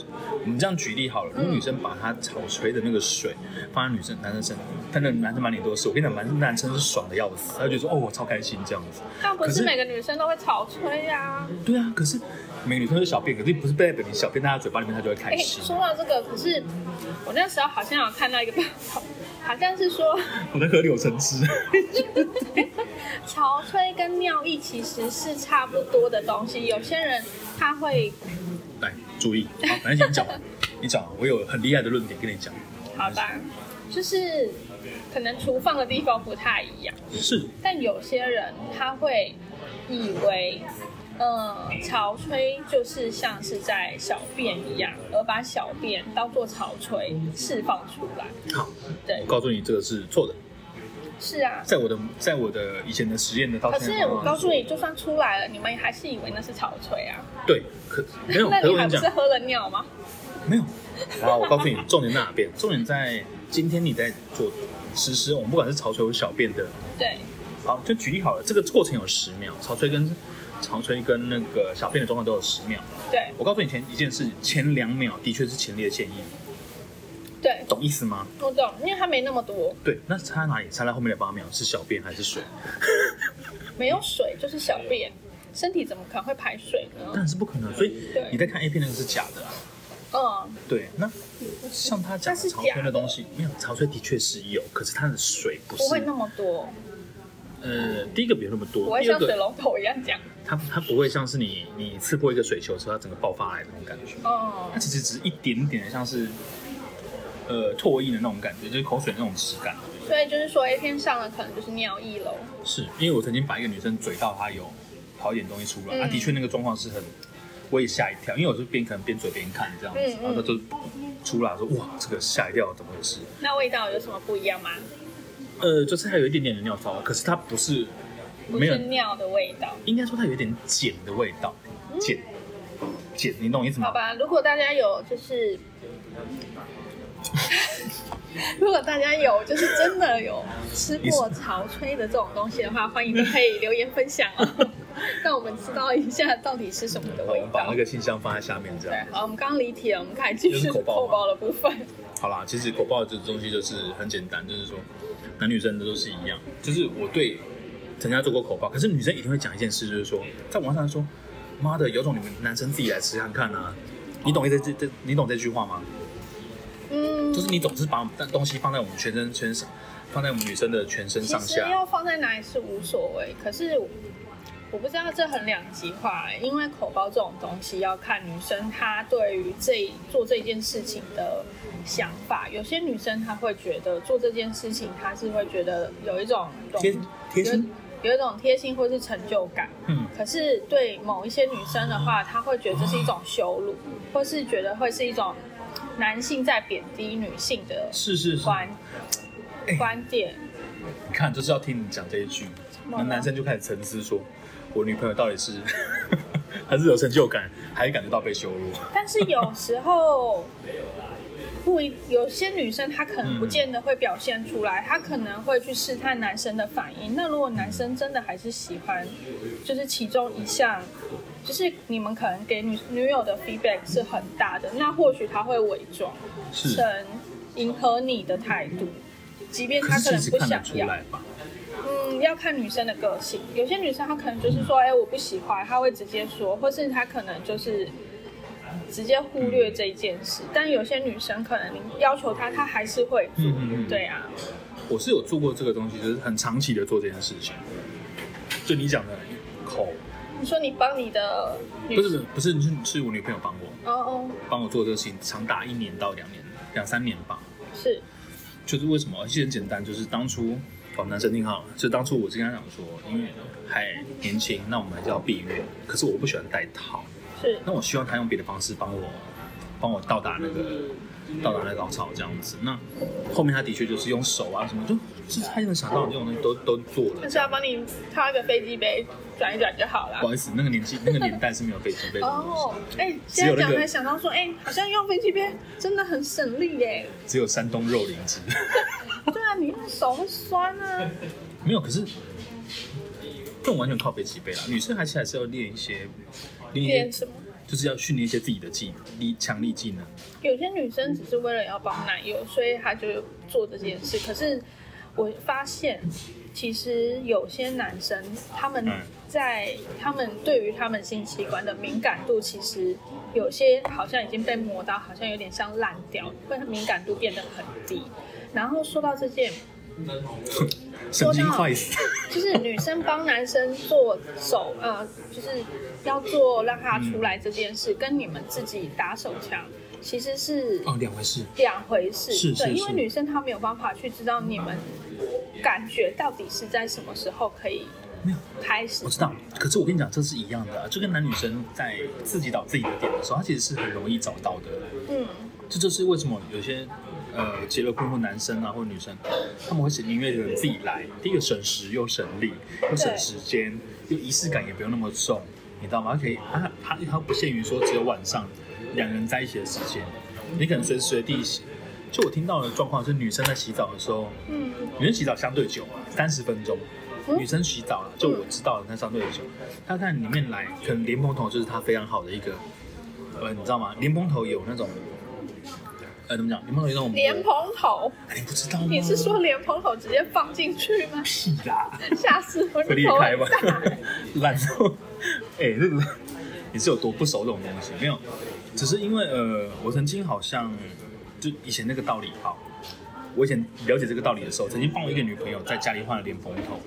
Speaker 1: 我们这样举例好了，如果女生把她草吹的那个水放在女生男生身，但那男生满脸都是，我跟你讲，男生男生是爽的要死，他就觉得说哦，我超开心这样子。
Speaker 2: 但不
Speaker 1: 可
Speaker 2: 是每个女生都会草吹啊。
Speaker 1: 对啊，可是每个女生都小便，可是不是代表你小便在她嘴巴里面，她就会开
Speaker 2: 哎、
Speaker 1: 心。
Speaker 2: 说到这个，可是我那时候好像有看到一个报道，好像是说
Speaker 1: 我在喝柳橙汁，
Speaker 2: 潮吹跟尿意其实是差不多的东西。有些人他会
Speaker 1: 来注意，好，反正先讲完。你讲，我有很厉害的论点跟你讲。
Speaker 2: 好吧，就是可能厨房的地方不太一样，
Speaker 1: 是
Speaker 2: 但有些人他会以为，呃，潮吹就是像是在小便一样，而把小便当做潮吹释放出来。
Speaker 1: 好，
Speaker 2: 对
Speaker 1: 我，告诉你，这个是错的。
Speaker 2: 是啊。
Speaker 1: 在我的在我的以前的实验的到
Speaker 2: 可
Speaker 1: 现
Speaker 2: 啊是
Speaker 1: 在，
Speaker 2: 我告诉你，就算出来了，你们还是以为那是潮吹啊？
Speaker 1: 对，可没有，
Speaker 2: 那
Speaker 1: 可是
Speaker 2: 你
Speaker 1: 我跟
Speaker 2: 还
Speaker 1: 你
Speaker 2: 不
Speaker 1: 讲
Speaker 2: 是，喝了尿吗？
Speaker 1: 没有。啊，我告诉你， 重点在哪边？重点在今天你在做实施，我们不管是潮吹或小便的
Speaker 2: 对，
Speaker 1: 好，就举例好了，这个过程有十秒，潮吹跟潮吹跟那个小便的状况都有十秒。
Speaker 2: 对，
Speaker 1: 我告诉你前一件事，前两秒的确是前列腺液，
Speaker 2: 对，
Speaker 1: 懂意思吗？
Speaker 2: 我懂，因为它没那么多，
Speaker 1: 对，那差哪里？差在后面的八秒是小便还是水？
Speaker 2: 没有水就是小便，身体怎么可能会排水呢
Speaker 1: 当？然是不可能。所以
Speaker 2: 对
Speaker 1: 你在看 A 片那个是假的啊。
Speaker 2: 嗯，
Speaker 1: 对，那像他讲
Speaker 2: 那是
Speaker 1: 的
Speaker 2: 假
Speaker 1: 潮
Speaker 2: 的
Speaker 1: 吹的东西，没有潮吹的确是有，可是它的水不
Speaker 2: 不会
Speaker 1: 是
Speaker 2: 那么多，
Speaker 1: 呃，第一个别那么
Speaker 2: 不
Speaker 1: 多，
Speaker 2: 会
Speaker 1: 第二
Speaker 2: 像水
Speaker 1: 个
Speaker 2: 龙头一样讲。
Speaker 1: 它它不会像是你你刺破一个水球之后它整个爆发来的那种感觉。
Speaker 2: 哦
Speaker 1: 它，其实只是一点点的像是呃唾液的那种感觉，就是口水那种质感。
Speaker 2: 所以就是说 A 片上的可能就是尿意喽。
Speaker 1: 是因为我曾经把一个女生嘴到她有跑一点东西出来，啊
Speaker 2: 嗯
Speaker 1: 她、的确那个状况是很，我也吓一跳，因为我是边可能边嘴边看这样子，
Speaker 2: 嗯嗯
Speaker 1: 然后她就呃出来说哇这个吓一跳，怎么回事？
Speaker 2: 那味道有什么不一样吗？
Speaker 1: 呃，就是它有一点点的尿骚，可是它不是
Speaker 2: 不
Speaker 1: 没有
Speaker 2: 是，尿的味道。
Speaker 1: 应该说它有一点碱的味道，碱碱，你懂我意思吗
Speaker 2: 嗯好？吧，如果大家有就是， 如果大家有就是真的有吃过潮吹的这种东西的话，欢迎可以留言分享 哦，让我们知道一下到底是什么的
Speaker 1: 好我
Speaker 2: 味
Speaker 1: 们呃把
Speaker 2: 道
Speaker 1: 那。个信箱放在下面这样
Speaker 2: 对。，好，我们刚刚离题了，我们开始继续
Speaker 1: 就是口爆
Speaker 2: 扣
Speaker 1: 吗
Speaker 2: 包的部分。
Speaker 1: 好啦，其实口爆这东西就是很简单，就是说男女生的都是一样。就是我对陈家做过口爆，可是女生一定会讲一件事，就是说在网上说，妈的，有种你们男生自己来吃看看啊。你懂这这这，你懂这句话吗？
Speaker 2: 嗯
Speaker 1: 就，是你总是把我们的东西放在我们全身全身，放在我们女生的全身
Speaker 2: 其
Speaker 1: 上
Speaker 2: 实
Speaker 1: 下。
Speaker 2: 要放在哪里是无所谓，可是我不知道这很两极化、欸因为口包这种东西要看女生她对于这做这件事情的想法。有些女生她会觉得做这件事情，她是会觉得有一种荣
Speaker 1: 贴贴心，
Speaker 2: 有有一种贴心或是成就感。
Speaker 1: 嗯，
Speaker 2: 可是对某一些女生的话，她会觉得这是一种羞辱，或是觉得会是一种男性在贬低女性的
Speaker 1: 是是是，
Speaker 2: 观
Speaker 1: 哎
Speaker 2: 观点。
Speaker 1: 你看就是要听你讲这一句，那
Speaker 2: 么了
Speaker 1: 男生就开始沉思说，我女朋友到底是 还是有成就感，还是感觉到被羞辱？
Speaker 2: 但是有时候不一，有些女生她可能不见得会表现出来，她可能会去试探男生的反应。那如果男生真的还是喜欢，就是其中一项，就是你们可能给女女友的 feedback 是很大的，那或许他会伪装
Speaker 1: 是
Speaker 2: 成迎合你的态度。即便
Speaker 1: 可
Speaker 2: 他
Speaker 1: 是其
Speaker 2: 能
Speaker 1: 实
Speaker 2: 不
Speaker 1: 看得
Speaker 2: 想
Speaker 1: 出
Speaker 2: 要，
Speaker 1: 来吧？
Speaker 2: 嗯，要看女生的个性。有些女生她可能就是说，哎、我不喜欢，她会直接说，或是她可能就是直接忽略这一件事。但有些女生可能你要求她，她还是会做。
Speaker 1: 嗯嗯嗯
Speaker 2: 对啊，
Speaker 1: 我是有做过这个东西，就是很长期的做这件事情。就你讲的口，
Speaker 2: 你说你帮你的女
Speaker 1: 不是不是是是我女朋友帮我
Speaker 2: 哦哦，
Speaker 1: 帮我做这个事情，长达一年到两年两三年吧。
Speaker 2: 是
Speaker 1: 就是为什么？其实很简单，就是当初哦，男生听好了，就当初我是跟他讲说，因为还年轻，那我们还是要避孕，可是我不喜欢戴套，
Speaker 2: 是，
Speaker 1: 那我希望他用别的方式帮我帮我到达那个到达那个高潮这样子。那后面他的确就是用手啊什么，就就是他能想到这种东西都都做了
Speaker 2: 但。是要帮你套一个飞机杯转一转就好了
Speaker 1: 不。好意思，那个年纪那个年代是没有飞机杯这种东
Speaker 2: 哦
Speaker 1: 西，，
Speaker 2: 哎、
Speaker 1: 只
Speaker 2: 现在
Speaker 1: 有那个
Speaker 2: 讲才想到说，哎、好像用飞机杯真的很省力耶。
Speaker 1: 只有山东肉林机。
Speaker 2: 对啊，你用手会酸啊。
Speaker 1: 没有，可是这种完全靠飞机杯啦。女生还是还是要练一些练
Speaker 2: 练
Speaker 1: 一
Speaker 2: 什
Speaker 1: 些，
Speaker 2: 么？
Speaker 1: 就是要训练一些自己的技力强力技能。
Speaker 2: 有些女生只是为了要帮男友，所以她就做这件事。可是我发现，其实有些男生他们
Speaker 1: 嗯
Speaker 2: 在他们对于他们性器官的敏感度，其实有些好像已经被磨到，好像有点像烂掉，会敏感度变得很低。然后说到这件，
Speaker 1: 神经坏死，
Speaker 2: 就是女生帮男生做手，呃，就是要做让他出来这件事，跟你们自己打手枪其实是
Speaker 1: 哦，两回事。
Speaker 2: 两回事。
Speaker 1: 是是
Speaker 2: 对，因为
Speaker 1: 是
Speaker 2: 女生她没有办法去知道你们感觉到底是在什么时候可以
Speaker 1: 没有
Speaker 2: 开始
Speaker 1: 我。知道，可是我跟你讲，这是一样的、啊，就跟男女生在自己找自己的点的时候，他其实是很容易找到的。
Speaker 2: 嗯，
Speaker 1: 这就是为什么有些呃结了婚或男生啊或女生，他们会宁愿有人自己来，第一个省时又省力，又省时间，又仪式感也不用那么重，你知道吗？它可以，它它它不限于说只有晚上两个人在一起的时间，你可能随时随地洗。就我听到的状况是，女生在洗澡的时候，
Speaker 2: 嗯，
Speaker 1: 女生洗澡相对久，三十分钟。
Speaker 2: 嗯
Speaker 1: 女生洗澡了，就我知道的那相对久，她看里面来，可能莲蓬头就是她非常好的一个，呃，你知道吗？莲蓬头有那种，呃，怎么讲？莲蓬头有那种
Speaker 2: 莲蓬头，
Speaker 1: 哎，你不知道吗？
Speaker 2: 你是说莲蓬头直接放进去 吗？
Speaker 1: 屁啦？
Speaker 2: 吓死我！
Speaker 1: 会
Speaker 2: 你
Speaker 1: 裂
Speaker 2: 头
Speaker 1: 开吧
Speaker 2: 很大。？
Speaker 1: 懒惰，哎、这个你是有多不熟这种东西？没有，只是因为呃，我曾经好像就以前那个道理好，我以前了解这个道理的时候，曾经帮我一个女朋友在家里换了莲蓬头，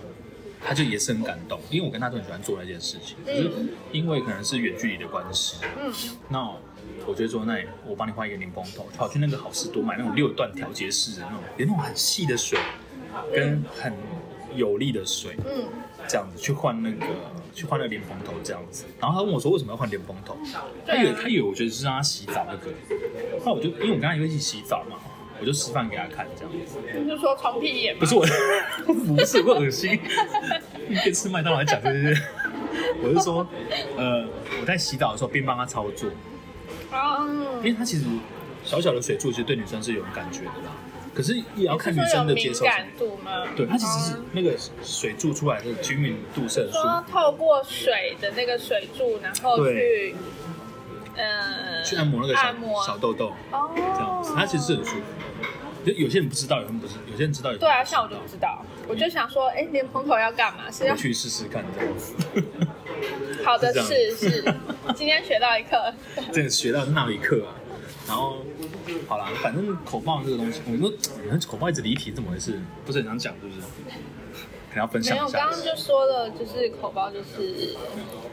Speaker 1: 她就也是很感动，因为我跟她都很喜欢做那件事情，可是因为可能是远距离的关系，
Speaker 2: 嗯，
Speaker 1: 那我就说，那我帮你换一个柠檬头，跑去那个好事多买那种六段调节式的那种，有那种很细的水，跟很有力的水，
Speaker 2: 嗯，
Speaker 1: 这样子去换那个去换那个莲蓬头这样子。然后他问我说为什么要换莲蓬头？他以为他以为我觉得是让他洗澡那个，后来我就因为我跟他一起洗澡嘛，我就示范给他看这样子。
Speaker 2: 你是说虫屁眼
Speaker 1: 不
Speaker 2: 吗？
Speaker 1: 是我， 不是我恶心，边吃麦当劳还讲这些。我是说，呃，我在洗澡的时候边帮他操作，因
Speaker 2: 嗯，
Speaker 1: 为它其实小小的水柱其实对女生是有感觉的啦，可是也要看女
Speaker 2: 是说有
Speaker 1: 生的接
Speaker 2: 敏
Speaker 1: 受程
Speaker 2: 感
Speaker 1: 度。
Speaker 2: 度吗？
Speaker 1: 对，它其实是
Speaker 2: 嗯
Speaker 1: 那个水柱出来的均匀度是很舒
Speaker 2: 说
Speaker 1: 服，
Speaker 2: 透过水的那个水柱，然后
Speaker 1: 对
Speaker 2: 去，呃，
Speaker 1: 去按摩那个
Speaker 2: 按摩
Speaker 1: 小小痘痘
Speaker 2: 哦，
Speaker 1: 这样子，它其实是很舒服。就有些人不知道，有些人不是，有些人知道，有些
Speaker 2: 对啊，
Speaker 1: 人不知
Speaker 2: 像
Speaker 1: 道
Speaker 2: 我就不知道，我就想说，哎，莲蓬头要干嘛？是要
Speaker 1: 回去试试看这样子。
Speaker 2: 好的
Speaker 1: 是
Speaker 2: 是
Speaker 1: 这样
Speaker 2: 是，今天学到一课，
Speaker 1: 真的学到那一刻啊。然后，好啦，反正口爆这个东西，我们说我们口爆一直离题，怎么回事？不是很想讲，是不是？可能要分
Speaker 2: 没
Speaker 1: 享
Speaker 2: 有，
Speaker 1: 一下
Speaker 2: 刚。刚就说了，就是口爆，就是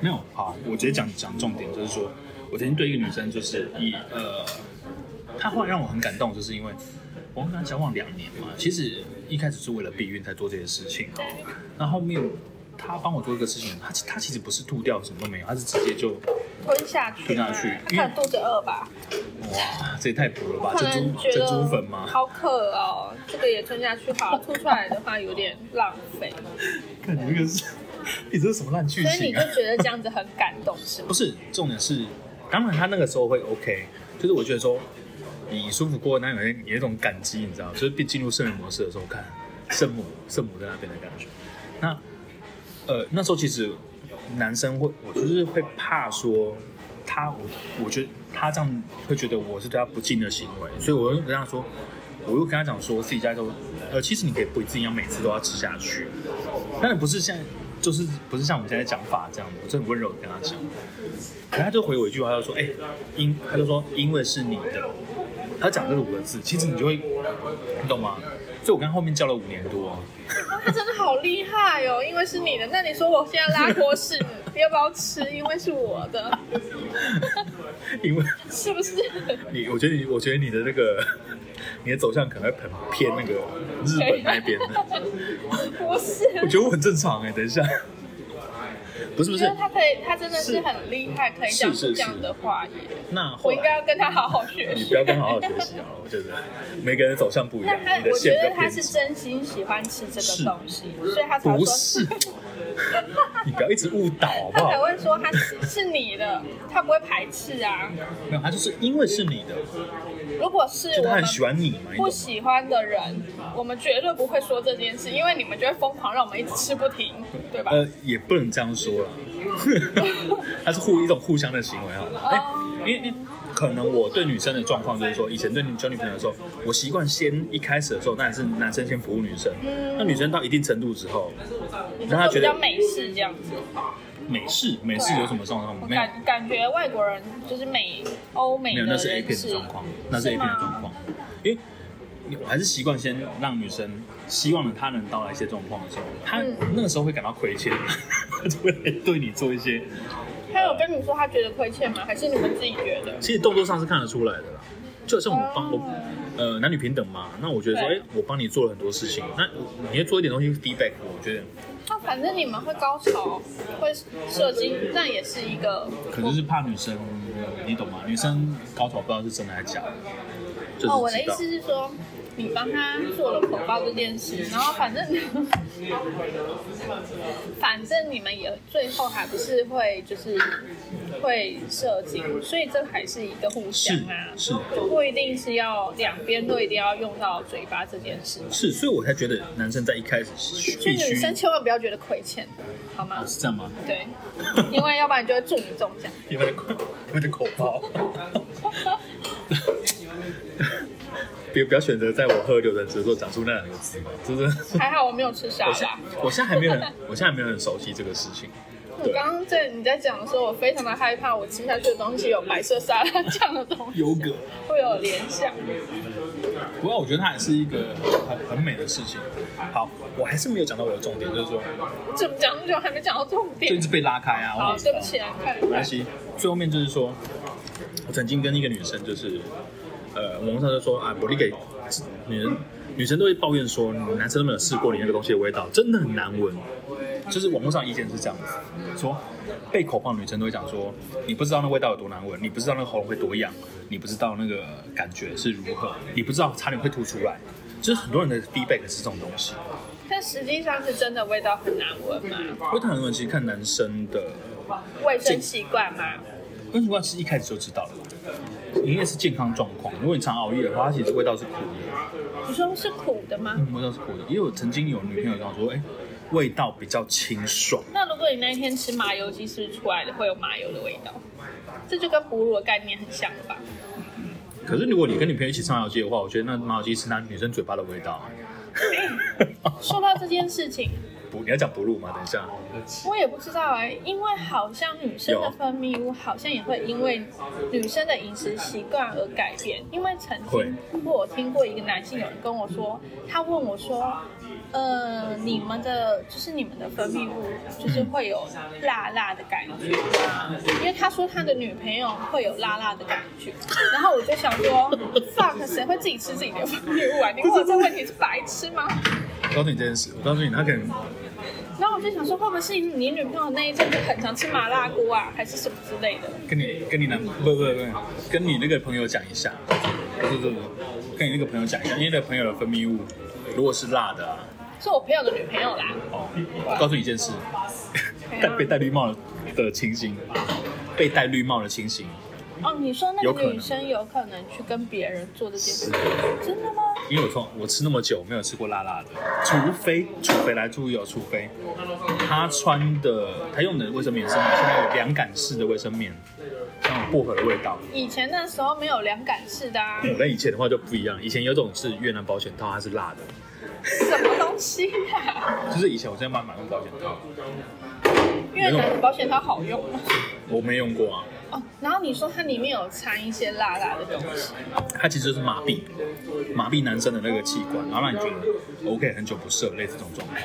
Speaker 1: 没有，好，我直接讲讲重点，就是说我曾经对一个女生，就是以呃，她后来让我很感动，就是因为我跟她交往两年嘛，其实一开始是为了避孕才做这些事情，哦那后面她帮我做这个事情，她她其实不是吐掉什么都没有，她是直接就
Speaker 2: 吞下去嘛，
Speaker 1: 吞下去
Speaker 2: 他可能肚子饿吧，
Speaker 1: 哇，这也太补了吧，
Speaker 2: 可
Speaker 1: 啊珍
Speaker 2: 能
Speaker 1: 珠
Speaker 2: 觉
Speaker 1: 珍珠
Speaker 2: 得
Speaker 1: 粉吗？
Speaker 2: 好渴哦，这个也吞下去好了，吐出来的话有点浪 费，
Speaker 1: 看你这个是， 你这是什么烂剧
Speaker 2: 所以你
Speaker 1: 情
Speaker 2: 就
Speaker 1: 啊？
Speaker 2: 觉得这样子很感动是吗？
Speaker 1: 不是，重点是，当然他那个时候会 OK，就是我觉得说，你舒服过那有一有一种感激，你知道吗，就是变进入圣人模式的时候，看圣母圣母在那边的感觉。那呃，那时候其实男生会，我就是会怕说他，我我觉得他这样会觉得我是对他不敬的行为，所以我就跟他说，我又跟他讲说，自己家都，呃，其实你可以不一定要每次都要吃下去，当然不是像，就是不是像我们现在讲法这样，我是很温柔的跟他讲，可他就回我一句话，他就说，哎、因他就说因为是你的，他讲这五个字，其实你就会，你懂吗？所以我跟他后面交了五年多、
Speaker 2: 他真的好厉害哦，因为是你的。那你说我现在拉锅是你，你要不要吃？因为是我的，
Speaker 1: 因为。
Speaker 2: 是不是？
Speaker 1: 你，我觉得你，我觉得你的那个，你的走向可能会很偏那个日本那边的。
Speaker 2: 不是，
Speaker 1: 我觉得我很正常哎、等一下，不是不是
Speaker 2: 我觉得，他可以，他真的是很厉害，可以
Speaker 1: 是
Speaker 2: 讲出
Speaker 1: 是
Speaker 2: 这样的话耶。
Speaker 1: 那后
Speaker 2: 我应该
Speaker 1: 来
Speaker 2: 要跟他好好学
Speaker 1: 你
Speaker 2: 习。
Speaker 1: 不要跟好好学习啊，我觉得每个人走向不一样
Speaker 2: 那，他
Speaker 1: 你，的
Speaker 2: 我觉
Speaker 1: 线比
Speaker 2: 得
Speaker 1: 较
Speaker 2: 他
Speaker 1: 偏
Speaker 2: 是
Speaker 1: 激。
Speaker 2: 真心喜欢吃这
Speaker 1: 是
Speaker 2: 个东西，所以他才会
Speaker 1: 不
Speaker 2: 说，
Speaker 1: 是，你不要一直误导好不
Speaker 2: 他才
Speaker 1: 好？
Speaker 2: 会说他是是你的，他不会排斥啊。
Speaker 1: 没有，他就是因为是你的，
Speaker 2: 如果是
Speaker 1: 就
Speaker 2: 我
Speaker 1: 他
Speaker 2: 们
Speaker 1: 很喜欢你嘛，你懂
Speaker 2: 不
Speaker 1: 吗？
Speaker 2: 喜欢的人，我们绝对不会说这件事，因为你们就会疯狂让我们一直吃不停，对吧？
Speaker 1: 呃，也不能这样说啦， 它是互一种互相的行为哈。
Speaker 2: 哦
Speaker 1: 哎、因为因为可能我对女生的状况就是说，以前对你交女朋友的时候，我习惯先一开始的时候，当然是男生先服务女生。
Speaker 2: 嗯
Speaker 1: 那女生到一定程度之后，
Speaker 2: 你
Speaker 1: 让他
Speaker 2: 说
Speaker 1: 觉
Speaker 2: 比
Speaker 1: 得
Speaker 2: 较美式这样子，
Speaker 1: 美式美式有什么状
Speaker 2: 啊我
Speaker 1: 况？没有，
Speaker 2: 感感觉外国人就是美欧美
Speaker 1: 没
Speaker 2: 的
Speaker 1: 有，
Speaker 2: 人
Speaker 1: 那是 A 片的状况，那是 A
Speaker 2: 是
Speaker 1: 片
Speaker 2: 吗
Speaker 1: 的状况。因为你我还是习惯先让女生希望她能到达一些状况的时候，她
Speaker 2: 嗯
Speaker 1: 那个时候会感到亏欠，她就会对你做一些
Speaker 2: 他有跟你说他觉得亏欠吗？还是你们自己觉得？
Speaker 1: 其实动作上是看得出来的啦。就像我帮我
Speaker 2: 哦，
Speaker 1: 呃，男女平等嘛，那我觉得说，哎、
Speaker 2: 对
Speaker 1: 我帮你做了很多事情，那你要做一点东西 feedback，我觉得
Speaker 2: 那反正你们会高潮，会射精，那也是一个
Speaker 1: 可能是怕女生，你懂吗？女生高潮不知道是真的还是假的，就是知道。
Speaker 2: 哦，我的意思是说，你帮他做了口爆这件事，然后反正 反正你们也最后还不是会就是会射精，所以这还是一个互相啊，
Speaker 1: 是是
Speaker 2: 不一定是要两边都一定要用到嘴巴这件事。
Speaker 1: 是，所以我才觉得男生在一开始
Speaker 2: 所以
Speaker 1: 必
Speaker 2: 女
Speaker 1: 须
Speaker 2: 生千万不要觉得亏欠，好吗
Speaker 1: 哦，？是这样吗？
Speaker 2: 对，因为要不然就会中你中奖。
Speaker 1: 有点口，有点口爆。 别不要选择在我喝柳橙汁的时候讲出那两个字嘛，就是
Speaker 2: 还好我没有吃沙
Speaker 1: 我现
Speaker 2: 拉。
Speaker 1: 我现在还没有很，我现在还没有很熟悉这个事情。
Speaker 2: 我刚刚在你在讲的时候，我非常的害怕，我吃下去的东西有白色沙拉酱的东西，
Speaker 1: 有梗，
Speaker 2: 会有联想。
Speaker 1: 不过我觉得它还是一个很很美的事情。好，我还是没有讲到我的重点，就是说
Speaker 2: 怎么讲？就还没讲到重
Speaker 1: 就一
Speaker 2: 点。
Speaker 1: 直被拉开啊。
Speaker 2: 好，
Speaker 1: 我
Speaker 2: 对不起啊，看
Speaker 1: 没关系。最后面就是说，我曾经跟一个女生就是，呃，网络上就说啊，我力给女人，女生都会抱怨说，男生都没有试过你那个东西的味道，真的很难闻。就是网络上意见是这样子，说被口爆的女生都会讲说，你不知道那味道有多难闻，你不知道那喉咙会多痒，你不知道那个感觉是如何，你不知道差点会吐出来。就是很多人的 feedback 是这种东西，
Speaker 2: 但实际上是真的味道很难闻嘛，
Speaker 1: 味道很难闻，其实看男生的
Speaker 2: 卫生习惯嘛。
Speaker 1: 温习惯是一开始就知道的，你也是健康状况。如果你常熬夜的话，它其实味道是苦的，
Speaker 2: 你说是苦的吗？
Speaker 1: 嗯，味道是苦的。因为我曾经有女朋友跟我说，哎、味道比较清爽，
Speaker 2: 那如果你那一天吃麻油鸡，是不是出来的会有麻油的味道？这就跟哺乳的概念很像 了吧？
Speaker 1: 可是如果你跟女朋友一起上麻油鸡的话，我觉得那麻油鸡是那女生嘴巴的味道。
Speaker 2: 说到这件事情，
Speaker 1: 不，你要讲不入吗？等一下，
Speaker 2: 我也不知道哎、因为好像女生的分泌物好像也会因为女生的饮食习惯而改变。因为曾
Speaker 1: 会
Speaker 2: 经我有听过一个男性有人跟我说，他问我说，呃，你们的就是你们的分泌物就是会有辣辣的感觉吗？因为他说他的女朋友会有辣辣的感觉，然后我就想说，fuck，谁会自己吃自己的分泌物啊？你问我这问题是白痴吗？
Speaker 1: 我告诉你这件事，我告诉你，他可能
Speaker 2: 然后我就想说，会不会是你女朋友那一阵子很常吃麻辣锅啊，还是什么之类的？
Speaker 1: 跟你跟你男不不不，跟你那个朋友讲一下，不是不是，不是跟你那个朋友讲一下，因为那个朋友的分泌物如果是辣的、啊，
Speaker 2: 是我朋友的女朋友啦。
Speaker 1: 哦，我告诉你一件事，戴 被戴绿帽的情形，被戴绿帽的情形，
Speaker 2: 哦，你说那
Speaker 1: 有可
Speaker 2: 个
Speaker 1: 能
Speaker 2: 女生有可能去跟别人做这件事，真的吗？
Speaker 1: 因为我从我吃那么久没有吃过辣辣的，除非除非来注意哦，除非他穿的他用的卫生棉是那种凉感式的卫生棉，那种薄荷的味道。
Speaker 2: 以前那时候没有凉感式的啊，
Speaker 1: 那以前的话就不一样，以前有种是越南保险套，它是辣的，
Speaker 2: 什么东西啊？
Speaker 1: 就是以前我在妈买过保险套，
Speaker 2: 越南的保险套好用吗？
Speaker 1: 我没用过啊，
Speaker 2: 哦，然后你说它里面有掺一些辣辣的东西，
Speaker 1: 它其实就是麻痹麻痹男生的那个器官，然后让你觉得 OK 很久不射，类似这种状况。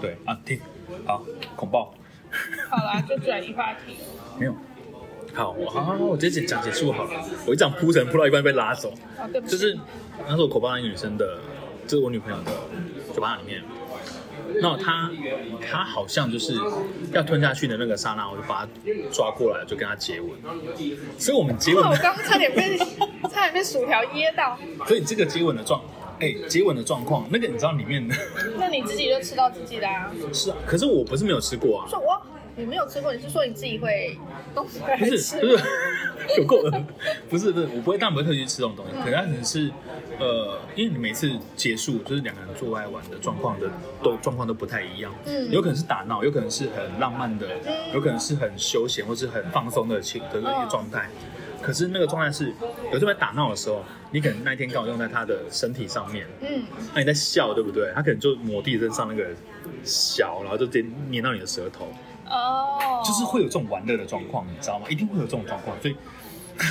Speaker 1: 对啊，听好恐爆
Speaker 2: 好啦，就转移话题。
Speaker 1: 没有？好，我好好，好我直接讲结束好了。我一讲铺陈铺到一半被拉走，
Speaker 2: 哦，对不起，
Speaker 1: 就是那时候口爆那个女生的，这是我女朋友的酒吧里面。那她她好像就是要吞下去的那个刹那，我就把她抓过来，就跟她接吻。所以我们接吻
Speaker 2: 哇，我刚刚差点被差点被薯条噎到，
Speaker 1: 所以这个接吻的状，哎、接吻的状况，那个你知道里面的
Speaker 2: 那你自己就吃到自己的啊。
Speaker 1: 是啊，可是我不是没有吃过啊，
Speaker 2: 说我你没有吃过，你是说你自己会弄出来
Speaker 1: 不
Speaker 2: 吃？
Speaker 1: 是不 是有够恶，不是不是，我不会，但不会特地去吃这种东西，可能它可能是呃，因为你每次结束就是两个人做爱玩的状况的都状况都不太一样，
Speaker 2: 嗯
Speaker 1: 有可能是打闹，有可能是很浪漫的，有可能是很休闲或是很放松的情的一个状态。可是那个状态是，有时候在打闹的时候，你可能那一天刚好用在他的身体上面，
Speaker 2: 嗯，
Speaker 1: 啊那你在笑，对不对？他可能就抹地身上那个小，然后就直接粘到你的舌头，
Speaker 2: 哦，
Speaker 1: 就是会有这种玩乐的状况，你知道吗？一定会有这种状况，所以嗯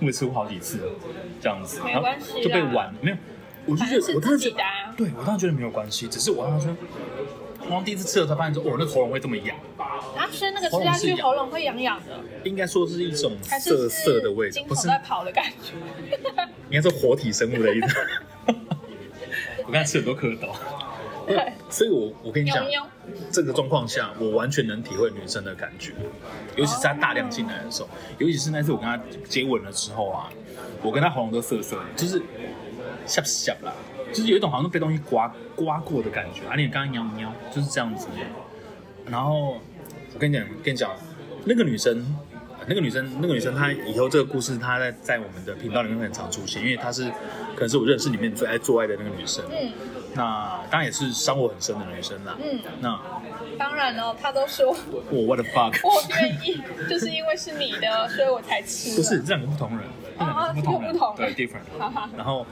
Speaker 1: 我也吃过好几次了，这样子，
Speaker 2: 没
Speaker 1: 然后
Speaker 2: 关系啦
Speaker 1: 就被玩没有。我就觉
Speaker 2: 反正
Speaker 1: 得，
Speaker 2: 是
Speaker 1: 我当时
Speaker 2: 自己
Speaker 1: 觉
Speaker 2: 的
Speaker 1: 得
Speaker 2: 啊，
Speaker 1: 对我当时觉得没有关系，只是我当时说，我当时第一次吃了才发现说，哦，那喉咙会这么痒，
Speaker 2: 然后吃那个吃下去喉咙会痒痒的，
Speaker 1: 应该说是一种
Speaker 2: 还是
Speaker 1: 涩涩的味
Speaker 2: 是
Speaker 1: 道，
Speaker 2: 金
Speaker 1: 不
Speaker 2: 虫
Speaker 1: 是
Speaker 2: 在跑的感觉。
Speaker 1: 应该是活体生物 的意思。我刚才吃很多蝌蚪，
Speaker 2: 对，
Speaker 1: 所以我我跟你
Speaker 2: 喵
Speaker 1: 讲，
Speaker 2: 喵，
Speaker 1: 这个状况下，我完全能体会女生的感觉，尤其是她大量进来的时候，尤其是那次我跟她接吻了之后啊，我跟她喉咙都涩涩的，就是下下啦，就是有一种好像被东西刮刮过的感觉，啊，你刚刚喵喵就是这样子。然后我跟你讲，跟你讲，那个女生，呃那个女生，那个女生，她以后这个故事，她在在我们的频道里面会很常出现，因为她是可能是我认识里面最爱做爱的那个女生，
Speaker 2: 嗯
Speaker 1: 那当然也是伤我很深的女生啦。
Speaker 2: 嗯，
Speaker 1: 那
Speaker 2: 当然哦，他都说
Speaker 1: 我 what the fuck？
Speaker 2: 我愿意，就是因为是你的，所以我才吃。
Speaker 1: 不是，这两个不同人，这两个
Speaker 2: 哦
Speaker 1: 是不同人，
Speaker 2: 这个不同
Speaker 1: 对，different。
Speaker 2: 哈哈，
Speaker 1: 然后，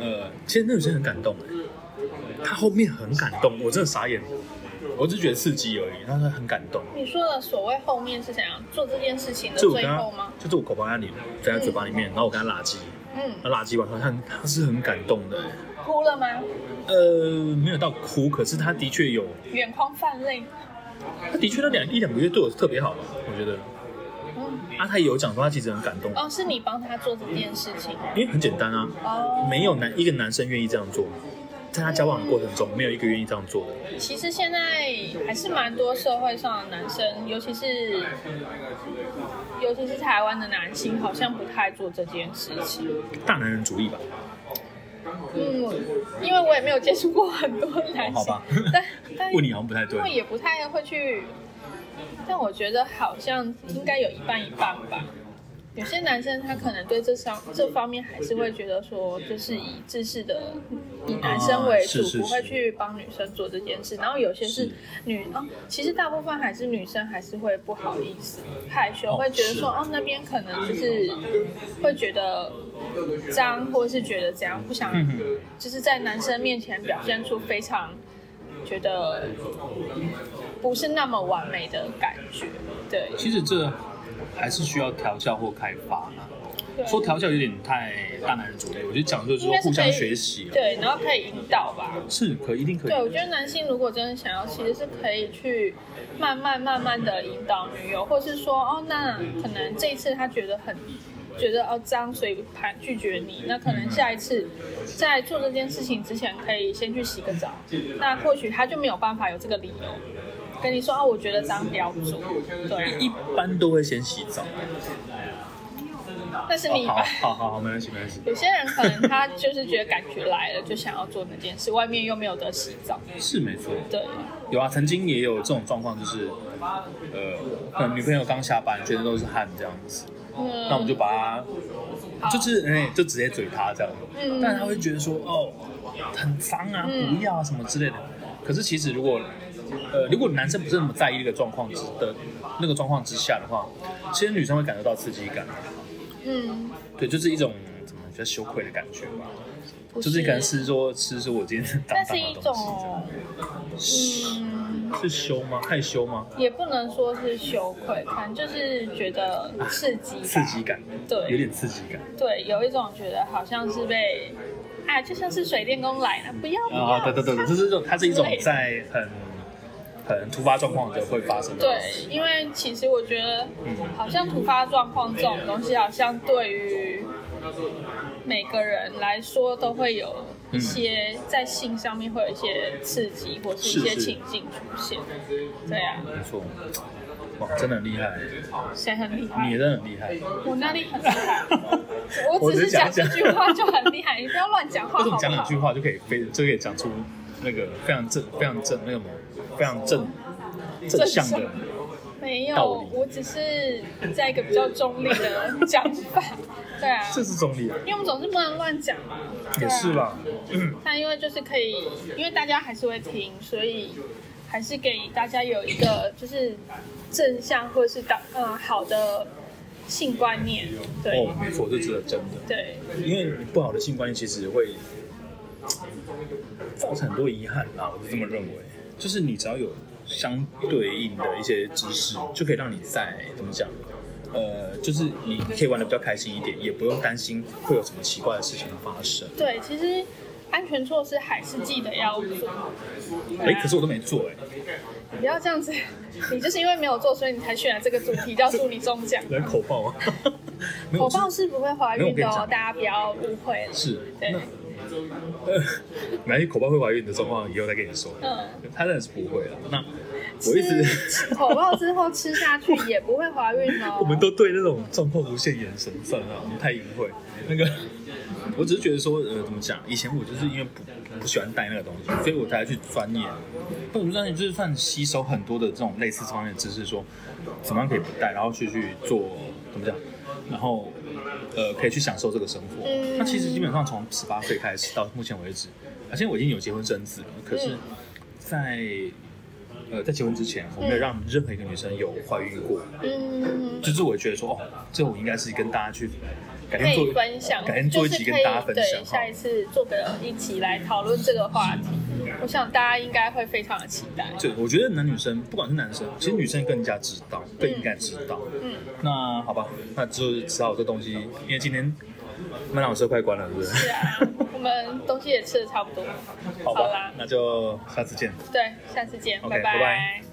Speaker 1: 呃，其实那女生很感动，她后面很感动，我真的傻眼，我只是觉得刺激而已，但是很感动。
Speaker 2: 你说的所谓后面是怎样做这件事情的
Speaker 1: 就我
Speaker 2: 最
Speaker 1: 跟她
Speaker 2: 后吗？，
Speaker 1: 就是我口巴在里，在她嘴巴里面，然后我跟她拉鸡，
Speaker 2: 嗯，
Speaker 1: 她拉鸡完后，她她是很感动的，
Speaker 2: 哭了吗？
Speaker 1: 呃，没有到哭，可是她的确有，
Speaker 2: 眼眶泛泪。
Speaker 1: 她的确那两一两个月对我是特别好的，我觉得。
Speaker 2: 嗯，
Speaker 1: 啊，她也有讲说她其实很感动，
Speaker 2: 哦，是你帮他做这件事情。
Speaker 1: 因为很简单啊，
Speaker 2: 哦，
Speaker 1: 没有男一个男生愿意这样做，在他交往的过程中，没有一个愿意这样做的。
Speaker 2: 其实现在还是蛮多社会上的男生，尤其是尤其是台湾的男性，好像不太做这件事情。
Speaker 1: 大男人主义吧，
Speaker 2: 嗯，我因为我也没有接触过很多男
Speaker 1: 哦
Speaker 2: 性，
Speaker 1: 好吧
Speaker 2: 但但
Speaker 1: 问你好像不太对
Speaker 2: 因为。也不太会去，但我觉得好像应该有一半一半吧。有些男生他可能对这上这方面还是会觉得说，就是以自私的以男生为
Speaker 1: 啊
Speaker 2: 主，
Speaker 1: 是是
Speaker 2: 不会
Speaker 1: 是
Speaker 2: 去帮女生做这件事。然后有些是
Speaker 1: 是
Speaker 2: 女哦，其实大部分还是女生还是会不好意思、害羞，
Speaker 1: 哦
Speaker 2: 会觉得说哦那边可能就是会觉得脏，或者是觉得怎样不想
Speaker 1: 嗯哼，
Speaker 2: 就是在男生面前表现出非常觉得不是那么完美的感觉，对，
Speaker 1: 其实这还是需要调教或开发啦。
Speaker 2: 对
Speaker 1: 说调教有点太大男人主义，我觉得讲就是
Speaker 2: 应
Speaker 1: 说
Speaker 2: 该
Speaker 1: 互
Speaker 2: 是可
Speaker 1: 相
Speaker 2: 以
Speaker 1: 学习了，
Speaker 2: 对，然后可以引导吧。
Speaker 1: 是可以一定可以
Speaker 2: 对，。我觉得男性如果真的想要，其实是可以去慢慢慢慢的引导女友，或是说，哦，那可能这一次他觉得很觉得哦脏，所以排拒绝你，那可能下一次在做这件事情之前，可以先去洗个澡，那或许他就没有办法有这个理由跟你说，哦，我觉得脏不要做，对，
Speaker 1: 一般都会先洗澡。
Speaker 2: 但是
Speaker 1: 哦
Speaker 2: 你一
Speaker 1: 好
Speaker 2: 般。
Speaker 1: 好好好，没关系没关系。
Speaker 2: 有些人可能他就是觉得感觉来了，就想要做那件事，外面又没有得洗澡，
Speaker 1: 是没错，
Speaker 2: 对，
Speaker 1: 有啊，曾经也有这种状况，就是呃，可能女朋友刚下班，全身都是汗这样子，
Speaker 2: 嗯，
Speaker 1: 那我们就把她，
Speaker 2: 好
Speaker 1: 就是哎、就直接嘴她这样。
Speaker 2: 嗯，
Speaker 1: 但他会觉得说哦，很脏啊，
Speaker 2: 嗯
Speaker 1: 不要啊什么之类的。可是其实如果呃，如果男生不是那么在意这个状况之的那个状况之下的话，其实女生会感受到刺激感，
Speaker 2: 嗯，
Speaker 1: 对，就是一种怎么比较羞愧的感觉吧，
Speaker 2: 不
Speaker 1: 嗯就是可能是说吃说我今天脏
Speaker 2: 那
Speaker 1: 脏
Speaker 2: 是一
Speaker 1: 的东西
Speaker 2: 种，嗯，
Speaker 1: 是羞吗？害羞吗？
Speaker 2: 也不能说是羞愧，反正就是觉得刺激吧，
Speaker 1: 刺激感，
Speaker 2: 对
Speaker 1: 有点刺激感
Speaker 2: 对，有一种觉得好像是被，哎，就像是水电工来了，不要不
Speaker 1: 啊，
Speaker 2: 要，
Speaker 1: 对对对对，就是这种，它是一种
Speaker 2: 之类的
Speaker 1: 在很很突发状况的会发生的东
Speaker 2: 对
Speaker 1: 西，，
Speaker 2: 因为其实我觉得
Speaker 1: 嗯，
Speaker 2: 好像突发状况这种东西，好像对于每个人来说都会有一
Speaker 1: 嗯
Speaker 2: 些在性上面会有一些刺激或是一些
Speaker 1: 是是
Speaker 2: 情境出现。对啊，
Speaker 1: 没错，哇，真的很厉害。
Speaker 2: 谁很厉
Speaker 1: 你
Speaker 2: 害？
Speaker 1: 真的很厉害，
Speaker 2: 我那里很厉害，我只是讲这句话就很厉害，你不要乱讲话
Speaker 1: 为什么
Speaker 2: 好不好？
Speaker 1: 讲两句话就可以非就可以讲出那个非常正、非常正那个什么非常正正向的？
Speaker 2: 没
Speaker 1: 道
Speaker 2: 有
Speaker 1: 理，
Speaker 2: 我只是在一个比较中立的讲法。对啊，
Speaker 1: 这是中立啊，
Speaker 2: 因为我们总是不能乱讲嘛。
Speaker 1: 也是啦。
Speaker 2: 但因为就是可以，因为大家还是会听，所以还是给大家有一个就是正向或者是当嗯、好的性观念，对、啊
Speaker 1: 哦，没错，这是真的，
Speaker 2: 对，
Speaker 1: 因为不好的性观念其实会造成很多遗憾啊，我是这么认为。就是你只要有相对应的一些知识，就可以让你在怎么讲，呃，就是你可以玩的比较开心一点，也不用担心会有什么奇怪的事情发生。
Speaker 2: 对，其实安全措施还是记得要做。啊
Speaker 1: 哎、可是我都没做哎、
Speaker 2: 你不要这样子，你就是因为没有做，所以你才选了这个主题，叫祝你中奖。
Speaker 1: 人口爆啊！ 没有
Speaker 2: 口爆是不会怀
Speaker 1: 没有我
Speaker 2: 孕
Speaker 1: 跟
Speaker 2: 的
Speaker 1: 你
Speaker 2: 哦
Speaker 1: 讲，
Speaker 2: 大家不要误会了。
Speaker 1: 是
Speaker 2: 对
Speaker 1: 那 呃，买口爆会怀孕的状况以后再跟你说。
Speaker 2: 嗯，
Speaker 1: 他当然是不会了。那我一直
Speaker 2: 吃口爆之后吃下去也不会怀孕哦。
Speaker 1: 我们都对那种状况无限眼神算了，我们太隐晦。那个，我只是觉得说，呃，怎么讲？以前我就是因为不不喜欢带那个东西，所以我才去钻研。那我们钻研就是算吸收很多的这种类似方面的知识说，怎么样可以不带，然后去去做怎么讲，然后呃，可以去享受这个生活。
Speaker 2: 嗯
Speaker 1: 那其实基本上从十八岁开始到目前为止，啊，现在我已经有结婚生子了，可是
Speaker 2: 嗯
Speaker 1: 在。呃，在结婚之前，我没有让任何一个女生有怀孕过。
Speaker 2: 嗯，
Speaker 1: 就是我觉得说，哦，这我应该是跟大家去改
Speaker 2: 可
Speaker 1: 天
Speaker 2: 以
Speaker 1: 做，
Speaker 2: 分享，
Speaker 1: 改天做一集
Speaker 2: 就是
Speaker 1: 跟
Speaker 2: 可以
Speaker 1: 大家分享
Speaker 2: 对，
Speaker 1: 哈
Speaker 2: 下。一次做个一起来讨论这个话题，我想大家应该会非常的期待。
Speaker 1: 对，我觉得男女生，不管是男生，其实女生更加知道，更应该知道。
Speaker 2: 嗯，
Speaker 1: 那好吧，那就只好这东西，因为今天麦当劳社快关了，是不
Speaker 2: 是
Speaker 1: 是？
Speaker 2: 啊，我们东西也吃的差不多，
Speaker 1: 好
Speaker 2: 好
Speaker 1: 吧
Speaker 2: 啦，
Speaker 1: 那就下次见。
Speaker 2: 对，下次见，
Speaker 1: OK，
Speaker 2: 拜
Speaker 1: 拜拜